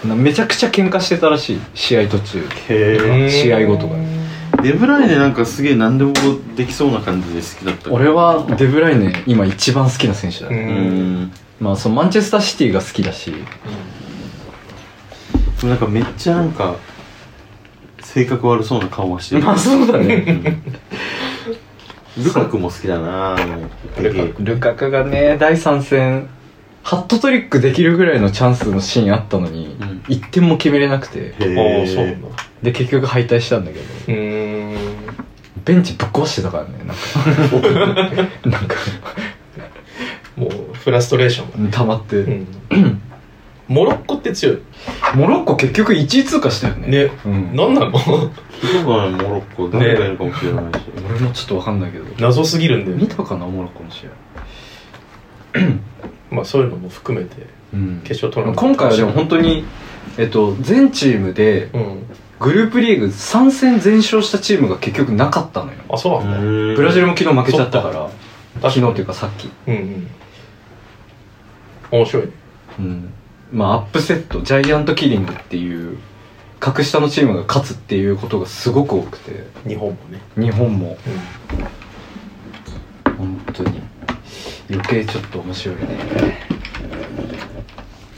[SPEAKER 5] なの
[SPEAKER 3] なめちゃくちゃ喧嘩してたらしい試合途中
[SPEAKER 4] へえ
[SPEAKER 5] うん
[SPEAKER 3] 試合後とかね
[SPEAKER 4] デブライネなんかすげえ何でもできそうな感じで好きだった
[SPEAKER 3] 俺はデブライネ今一番好きな選手だ、
[SPEAKER 5] う
[SPEAKER 4] うんん
[SPEAKER 3] まあそのマンチェスターシティが好きだし
[SPEAKER 4] でもなんかめっちゃなんか性格悪そうな顔はしてる
[SPEAKER 3] まあそうだね
[SPEAKER 4] うんルカクも好きだな
[SPEAKER 5] ル カ
[SPEAKER 3] ルカクがね第3戦ハットトリックできるぐらいのチャンスのシーンあったのに、
[SPEAKER 4] うん
[SPEAKER 3] 1点も決めれなくて
[SPEAKER 4] へ
[SPEAKER 5] ああそうな
[SPEAKER 4] え
[SPEAKER 5] んだ
[SPEAKER 3] で結局敗退したんだけど
[SPEAKER 5] うーん
[SPEAKER 3] ベンチぶっ壊してたからねなん かなんか
[SPEAKER 5] もうフラストレーションが
[SPEAKER 3] 溜まって、
[SPEAKER 5] うんモロッコって強い
[SPEAKER 3] モロッコ結局1位通過したよね
[SPEAKER 5] ね
[SPEAKER 3] うん、
[SPEAKER 5] なんなの
[SPEAKER 4] そうかねモロッコ誰がいるかもしれないし、
[SPEAKER 3] 俺もちょっと分かんないけど
[SPEAKER 5] 謎すぎるんだよ
[SPEAKER 3] 見
[SPEAKER 5] ね
[SPEAKER 3] たかなモロッコの試合
[SPEAKER 5] まあそういうのも含めて
[SPEAKER 3] うん
[SPEAKER 5] 決勝トーナメント
[SPEAKER 3] 今回はでも本当に、えっと、全チームで
[SPEAKER 5] うん
[SPEAKER 3] グループリーグ3戦全勝したチームが結局なかったのよ
[SPEAKER 5] あそうなんだ
[SPEAKER 4] ブ
[SPEAKER 3] ブラジルも昨日負けちゃったから
[SPEAKER 5] か
[SPEAKER 3] 昨日というかさっき、
[SPEAKER 5] うんうん面白いね
[SPEAKER 3] うん、まあアップセットジャイアントキリングっていう格下のチームが勝つっていうことがすごく多くて
[SPEAKER 5] 日本もね
[SPEAKER 3] 日本も
[SPEAKER 5] うん
[SPEAKER 3] 本当に余計ちょっと面白いね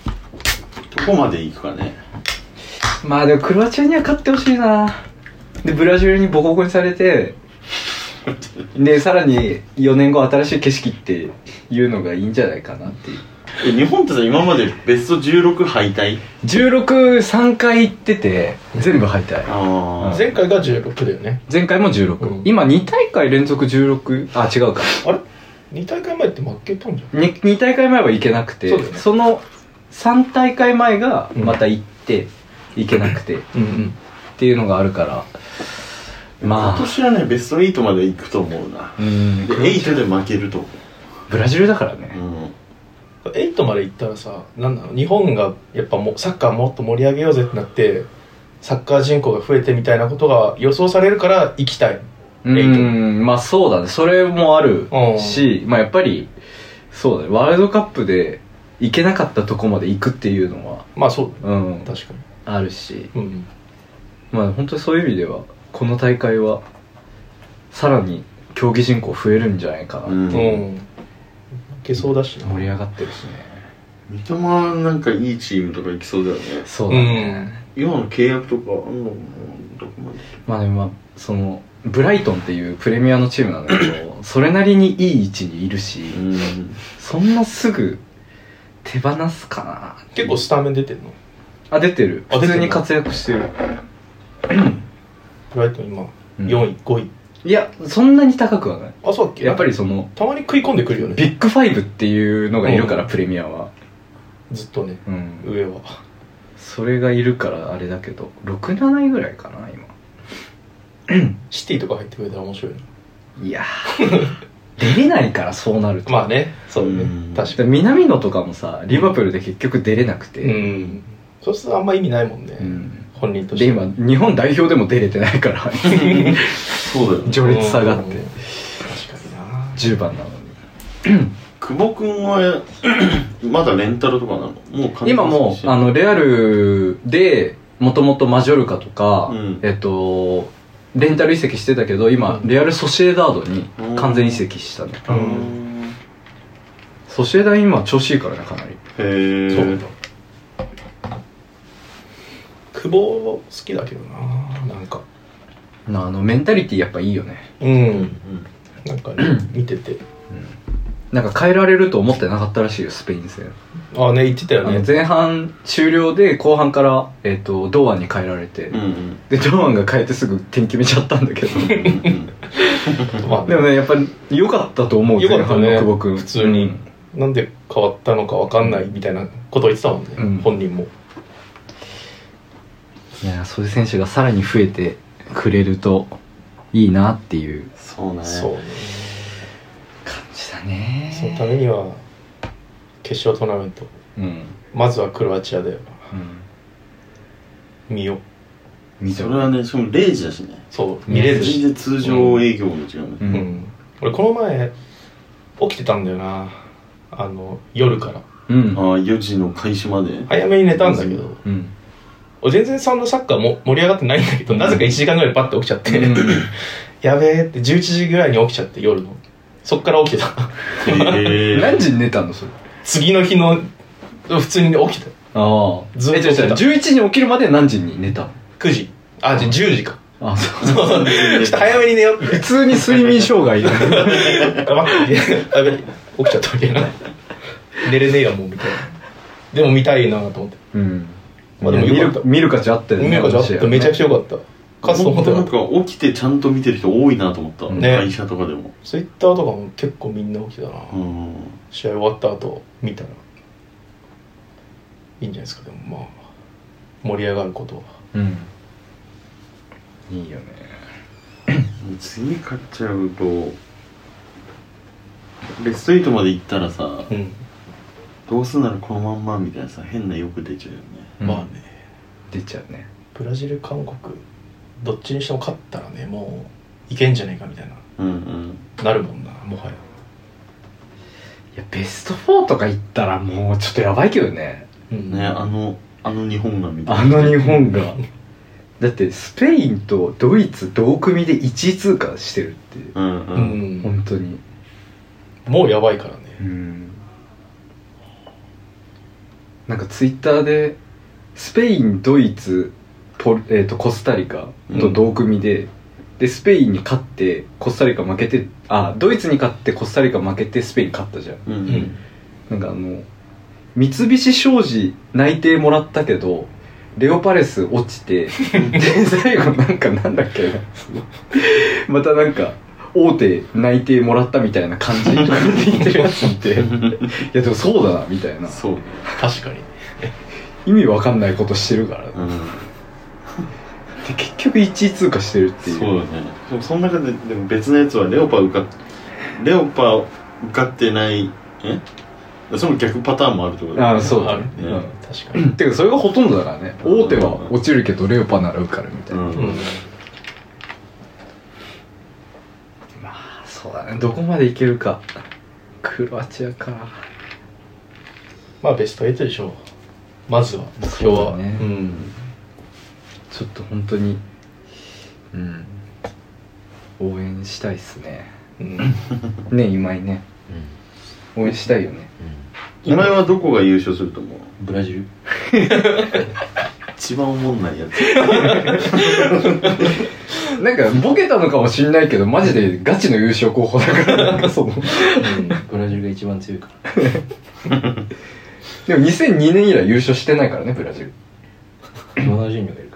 [SPEAKER 4] どこまで行くかね
[SPEAKER 3] まあでもクロアチアには勝ってほしいなでブラジルにボコボコにされてでさらに4年後新しい景色っていうのがいいんじゃないかなっていう
[SPEAKER 4] え日本ってさ今までベスト16敗退
[SPEAKER 3] 163回行ってて全部敗退
[SPEAKER 4] あ
[SPEAKER 5] 前回が16だよね
[SPEAKER 3] 前回も16、
[SPEAKER 5] うん
[SPEAKER 3] 今2大会連続16あ違うか
[SPEAKER 5] あれ2大会前って負けたんじゃん
[SPEAKER 3] 2, 大会前はいけなくて
[SPEAKER 5] そうだよね
[SPEAKER 3] の3大会前がまた行って、行けなくてっ
[SPEAKER 5] うんうん
[SPEAKER 3] ていうのがあるからま
[SPEAKER 4] 今
[SPEAKER 3] あ
[SPEAKER 4] 年はねベスト8まで行くと思うな
[SPEAKER 3] うん
[SPEAKER 4] で8で負けると思
[SPEAKER 3] ブラジルだからね、
[SPEAKER 4] う、うん、
[SPEAKER 5] 8まで行ったらさなんなの日本がやっぱもうサッカーもっと盛り上げようぜってなってサッカー人口が増えてみたいなことが予想されるから行きたい、
[SPEAKER 3] うーんまあそうだねそれもあるし、まあやっぱりそうだねワールドカップで行けなかったとこまで行くっていうのは
[SPEAKER 5] まあそう
[SPEAKER 3] うん
[SPEAKER 5] 確か
[SPEAKER 3] あるし
[SPEAKER 5] にうん
[SPEAKER 3] まあ本当にそういう意味ではこの大会はさらに競技人口増えるんじゃないかな、
[SPEAKER 4] うん
[SPEAKER 5] うん、いけそうだしな
[SPEAKER 3] 盛り上がってるしね
[SPEAKER 4] 三笘なんかいいチームとか行きそうだよね
[SPEAKER 3] そうだね、
[SPEAKER 4] 今の契約とかあんのかなどこまで
[SPEAKER 3] まあでもまあそのブライトンっていうプレミアのチームなんだけどそれなりにいい位置にいるし、
[SPEAKER 4] うん
[SPEAKER 3] そんなすぐ手放すかな
[SPEAKER 5] 結構スタメン出てんの
[SPEAKER 3] あ出てる
[SPEAKER 5] あ
[SPEAKER 3] 普
[SPEAKER 5] 出てる
[SPEAKER 3] 通に活躍してる
[SPEAKER 5] ブライトン今
[SPEAKER 3] うん
[SPEAKER 5] 4位5位
[SPEAKER 3] いやそんなに高くはない
[SPEAKER 5] あそうだっけ
[SPEAKER 3] やっぱりその
[SPEAKER 5] たまに食い込んでくるよね
[SPEAKER 3] ビッグファイブっていうのがいるから、
[SPEAKER 5] うん
[SPEAKER 3] プレミアは、
[SPEAKER 5] ずっとね
[SPEAKER 3] うん、
[SPEAKER 5] 上は
[SPEAKER 3] それがいるからあれだけど67位ぐらいかな今
[SPEAKER 5] シティとか入ってくれたら面白いない
[SPEAKER 3] やー 出れないからそうなると
[SPEAKER 5] まあねそうね
[SPEAKER 4] うん
[SPEAKER 5] 確か
[SPEAKER 3] で南野とかもさリバプールで結局出れなく
[SPEAKER 5] に
[SPEAKER 3] て、
[SPEAKER 5] うんそうするとあんま意味ないもんね、
[SPEAKER 3] うん
[SPEAKER 5] 本人とし
[SPEAKER 3] で
[SPEAKER 5] て
[SPEAKER 3] 今日本代表でも出れてないから
[SPEAKER 4] そ うだよね
[SPEAKER 3] 序列下がって
[SPEAKER 5] うん確かにな
[SPEAKER 3] 10番なのに
[SPEAKER 4] 久保君は まだレンタルとかなのもう完全
[SPEAKER 3] 今もうあのレアルでもともとマジョルカとか、
[SPEAKER 4] うん
[SPEAKER 3] えっとレンタル移籍してたけど今、
[SPEAKER 5] うん
[SPEAKER 3] レアル・ソシエダードに完全移籍したね、
[SPEAKER 4] う
[SPEAKER 5] うん
[SPEAKER 4] ん
[SPEAKER 3] ソシエダ今調子いいからねかなり
[SPEAKER 4] へ
[SPEAKER 5] そうなん
[SPEAKER 4] え
[SPEAKER 5] だ久保好きだけどななんか
[SPEAKER 3] なあのメンタリティやっぱいいよね
[SPEAKER 5] うんな んかね見てて
[SPEAKER 3] なんか変えられると思ってなかったらしいよスペイン戦
[SPEAKER 5] ああね言ってた
[SPEAKER 3] あ
[SPEAKER 5] よ
[SPEAKER 3] の
[SPEAKER 5] ね
[SPEAKER 3] 前半終了で後半から、えー、と堂安に変えられて、
[SPEAKER 4] うんうん
[SPEAKER 3] で堂安が変えてすぐ点決めちゃったんだけどで
[SPEAKER 4] うんうん
[SPEAKER 5] まあ
[SPEAKER 3] もねやっぱり良かったと思う
[SPEAKER 5] 良かったね
[SPEAKER 3] 前半の久保君
[SPEAKER 5] 普通になんで変わったのかわかんないみたいなことを言ってたもんね、
[SPEAKER 3] うん
[SPEAKER 5] 本人も
[SPEAKER 3] いやそういう選手がさらに増えてくれるといいなっていう
[SPEAKER 4] そうね
[SPEAKER 5] そうね
[SPEAKER 3] 感じだね
[SPEAKER 5] そのためには決勝トーナメント
[SPEAKER 3] うん、
[SPEAKER 5] まずはクロアチアだよ
[SPEAKER 3] うん、
[SPEAKER 5] 見よう
[SPEAKER 3] 見て
[SPEAKER 4] それはねしかも0時だしね
[SPEAKER 5] そう
[SPEAKER 3] ね
[SPEAKER 5] 見れる
[SPEAKER 4] 全
[SPEAKER 5] し、
[SPEAKER 4] 然通常営業も違う
[SPEAKER 3] う
[SPEAKER 4] ね
[SPEAKER 5] うん
[SPEAKER 3] ん
[SPEAKER 5] 俺この前起きてたんだよなあの夜から
[SPEAKER 3] うん
[SPEAKER 4] ああ4時の開始まで
[SPEAKER 5] 早めに寝たんだけど
[SPEAKER 3] うん
[SPEAKER 5] 俺全然そんなサッカーも盛り上がってないんだけどなぜか1時間ぐらいバッて起きちゃって、やべえって11時ぐらいに起きちゃって夜のそっから起きてた
[SPEAKER 4] へえ
[SPEAKER 3] 何時に寝たのそれ
[SPEAKER 5] 次の日の普通に起きて
[SPEAKER 3] ああ
[SPEAKER 5] ずっと
[SPEAKER 3] え違う違う
[SPEAKER 5] 起き
[SPEAKER 3] 11時に起きるまで何時に寝たの
[SPEAKER 5] た9時あじゃあ10時か
[SPEAKER 3] あそう
[SPEAKER 5] ちょっと早めに寝ようって
[SPEAKER 3] 普通に睡眠障害
[SPEAKER 5] 黙ってやべ起きちゃったみたいな寝れねえやもうみたいなでも見たいなと思って
[SPEAKER 3] うん
[SPEAKER 5] まあでも
[SPEAKER 3] 見
[SPEAKER 5] よか
[SPEAKER 3] る
[SPEAKER 5] った
[SPEAKER 3] 見る価値あったよね
[SPEAKER 5] 梅子ちゃんってめちゃくち
[SPEAKER 3] ゃ
[SPEAKER 5] ゃ良かった勝つと思ってな
[SPEAKER 4] な
[SPEAKER 5] か
[SPEAKER 4] ん
[SPEAKER 5] った
[SPEAKER 4] か起きてちゃんと見てる人多いなと思った、
[SPEAKER 5] ね
[SPEAKER 4] 会社とかでも
[SPEAKER 5] ツイッターとかも結構みんな起きたな、
[SPEAKER 4] うん
[SPEAKER 5] 試合終わった後見たらいいんじゃないですかでもまあ盛り上がることは
[SPEAKER 3] うんいいよね
[SPEAKER 4] 次勝っちゃうとベスト8まで行ったらさ
[SPEAKER 5] うん
[SPEAKER 4] どうすんならこのまんまみたいなさ変な欲出ちゃうよね
[SPEAKER 5] まあね
[SPEAKER 3] 出ちゃうね
[SPEAKER 5] ブラジル韓国どっちにしても勝ったらねもういけんじゃねえかみたいな
[SPEAKER 4] うんうん
[SPEAKER 5] なるもんなもはや
[SPEAKER 3] いやベスト4とか行ったらもうちょっとやばいけどね
[SPEAKER 5] うん
[SPEAKER 4] ねあのあの日本がみたいな
[SPEAKER 3] あの日本がだってスペインとドイツ同組で1位通過してるっていう
[SPEAKER 4] うんう
[SPEAKER 5] うんん
[SPEAKER 3] 本当に
[SPEAKER 5] もうやばいからね
[SPEAKER 3] うんなんかツイッターでスペインドイツポル、えー、とコスタリカと同組で、でスペインに勝ってコスタリカ負けてあドイツに勝ってコスタリカ負けてスペイン勝ったじゃん
[SPEAKER 4] うんう
[SPEAKER 5] うんん
[SPEAKER 3] なんかあの三菱商事内定もらったけどレオパレス落ちてで最後なんかなんだっけなまたなんか大手内定もらったみたいな感じって言ってるやついていやでもそうだなみたいな
[SPEAKER 4] そう
[SPEAKER 5] 確かに
[SPEAKER 3] 意味わかんないことしてるから、
[SPEAKER 4] うん
[SPEAKER 3] で結局1位通過してるっていう
[SPEAKER 4] そうだねでもその中ででも別のやつはレオパ受かっレオパ受かってないえその逆パターンもあるってこと
[SPEAKER 3] あ
[SPEAKER 4] だ
[SPEAKER 3] あ
[SPEAKER 4] よね
[SPEAKER 3] そうだね
[SPEAKER 5] あ
[SPEAKER 4] るね
[SPEAKER 5] 確かに
[SPEAKER 3] てかそれがほとんどだからね大手は落ちるけどレオパなら受かるみたいうな、
[SPEAKER 5] うん
[SPEAKER 4] ん
[SPEAKER 3] まあそうだねどこまでいけるかクロアチアか
[SPEAKER 5] まあベスト8でしょうまずは目標
[SPEAKER 3] そう
[SPEAKER 5] は
[SPEAKER 3] だね
[SPEAKER 5] うん
[SPEAKER 3] ちょっと本当にうん応援したいっすね
[SPEAKER 5] うん
[SPEAKER 3] ね今井ね、応援したいよね
[SPEAKER 4] お前はどこが優勝すると思う
[SPEAKER 1] ブラジル
[SPEAKER 4] 一番おもんないやつ
[SPEAKER 3] なんかボケたのかもしんないけどマジでガチの優勝候補だ からなんかその
[SPEAKER 1] ブラジルが一番強いから
[SPEAKER 3] でも2002年以来優勝してないからねブラジル
[SPEAKER 1] ロナウジーニョがいるから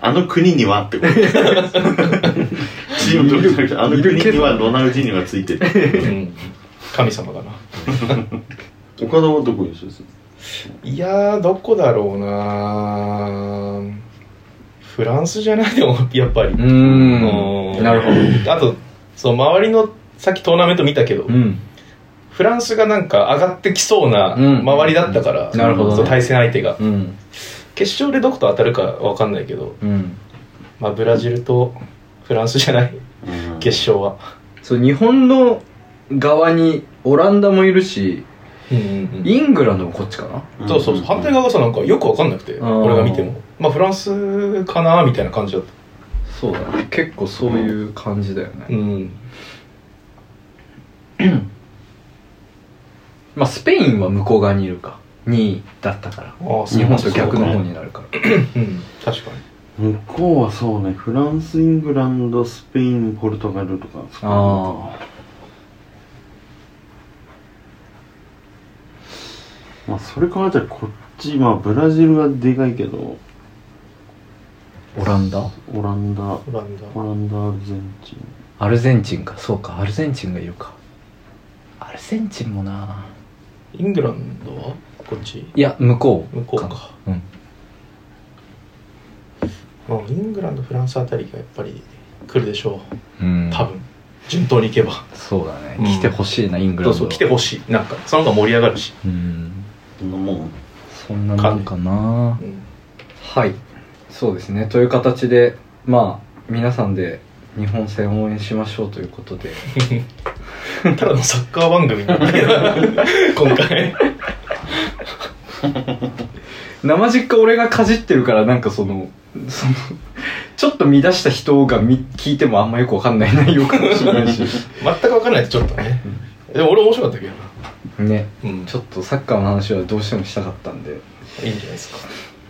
[SPEAKER 4] あの国にはってことチームとかじゃなくてあの国にはロナウジーニョがついてる
[SPEAKER 5] うん神様だな
[SPEAKER 4] 岡田はどこ優勝する
[SPEAKER 5] いやーどこだろうなフランスじゃないでも やっぱり
[SPEAKER 3] うーんなるほ
[SPEAKER 5] どあとその周りのさっきトーナメント見たけど、
[SPEAKER 3] うん
[SPEAKER 5] フランスがなんか上がってきそうな
[SPEAKER 3] うん
[SPEAKER 5] 周りだったから、
[SPEAKER 3] なるほどね
[SPEAKER 5] その対戦相手が
[SPEAKER 3] うん
[SPEAKER 5] 決勝でどこと当たるかわかんないけど、
[SPEAKER 3] うん
[SPEAKER 5] まあ、ブラジルとフランスじゃない決勝は
[SPEAKER 3] そう日本の側にオランダもいるし
[SPEAKER 5] うんうんうん
[SPEAKER 3] イングランドもこっちかな
[SPEAKER 5] そうそうそう反対側がさなんかよくわかんなくて
[SPEAKER 3] あー
[SPEAKER 5] 俺が見てもまあフランスかなみたいな感じだった
[SPEAKER 3] そうだね結構そういう感じだよね、
[SPEAKER 5] うん
[SPEAKER 3] まあスペインは向こう側にいるか2位だったから
[SPEAKER 5] ああ
[SPEAKER 3] 日本と逆の方になるから
[SPEAKER 5] うん確かに
[SPEAKER 4] 向こうはそうねフランスイングランドスペインポルトガルとか
[SPEAKER 3] ああ
[SPEAKER 4] まあそれからじゃあこっちまあブラジルはでかいけど
[SPEAKER 3] オランダ
[SPEAKER 4] オランダ
[SPEAKER 5] オランダ
[SPEAKER 4] オランダアルゼンチン
[SPEAKER 3] アルゼンチンかそうかアルゼンチンがいるかアルゼンチンもな
[SPEAKER 5] イングランドはこっち
[SPEAKER 3] いや向こう
[SPEAKER 5] 向こうか
[SPEAKER 3] うん
[SPEAKER 5] うんイングランドフランスあたりがやっぱり来るでしょ
[SPEAKER 3] うん
[SPEAKER 5] う多分順当にいけば
[SPEAKER 3] そうだね、
[SPEAKER 5] うん
[SPEAKER 3] 来てほしいなイングラ
[SPEAKER 5] ど
[SPEAKER 3] ン
[SPEAKER 5] う
[SPEAKER 3] ド
[SPEAKER 5] ぞ来てほしいなんかその方が盛り上がるし、
[SPEAKER 3] うん
[SPEAKER 4] そんなもん
[SPEAKER 3] そんなもんかな
[SPEAKER 5] うん
[SPEAKER 3] はいそうですねという形でまあ皆さんで日本戦を応援しましょうということで
[SPEAKER 5] ただのサッカー番組になった けど今回
[SPEAKER 3] 生実家俺がかじってるからなんかそのそのちょっと見出した人が見聞いてもあんまよくわかんない内容かもし れないし
[SPEAKER 5] 全く分かんないですちょっとねでも俺面白かったけどな
[SPEAKER 3] ね
[SPEAKER 5] うん
[SPEAKER 3] ちょっとサッカーの話はどうしてもしたかったんで
[SPEAKER 5] いいんじゃないですか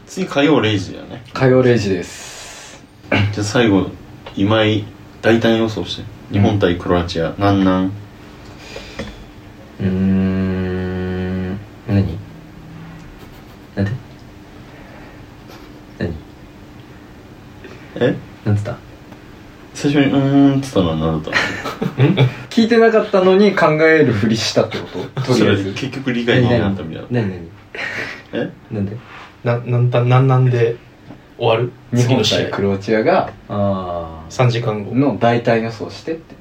[SPEAKER 4] 次火曜0時だよね
[SPEAKER 3] 火曜0時です
[SPEAKER 4] じゃあ最後今井大胆予想して日本対クロアチア、なん、なん
[SPEAKER 6] うーん何なんで何
[SPEAKER 4] え
[SPEAKER 6] なんつった
[SPEAKER 4] 最初にうーんっつったのは何だっ
[SPEAKER 3] 聞いてなかったのに考えるふりしたってこと
[SPEAKER 4] た
[SPEAKER 3] とりあえ
[SPEAKER 4] それ
[SPEAKER 3] ず
[SPEAKER 4] 結局理解できなかったみたいな
[SPEAKER 6] 何何
[SPEAKER 4] え
[SPEAKER 6] なんで
[SPEAKER 5] ななんたなんなんで終わる
[SPEAKER 3] 日
[SPEAKER 5] 次
[SPEAKER 3] 本
[SPEAKER 5] の試
[SPEAKER 3] 対ク
[SPEAKER 5] 合
[SPEAKER 3] ロアチアが
[SPEAKER 6] ああ
[SPEAKER 5] 3時間後
[SPEAKER 3] の大体予想してって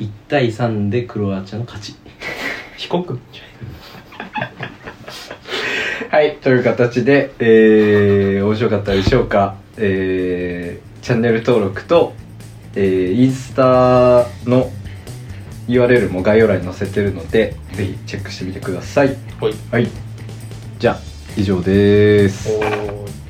[SPEAKER 6] 1対3でクロアチアの勝ち
[SPEAKER 5] 被告
[SPEAKER 3] はいという形でえー、面白かったでしょうかえー、チャンネル登録とえー、インスタの URL も概要欄に載せてるのでぜひチェックしてみてください
[SPEAKER 5] はい
[SPEAKER 3] はいじゃあ以上です
[SPEAKER 5] おーい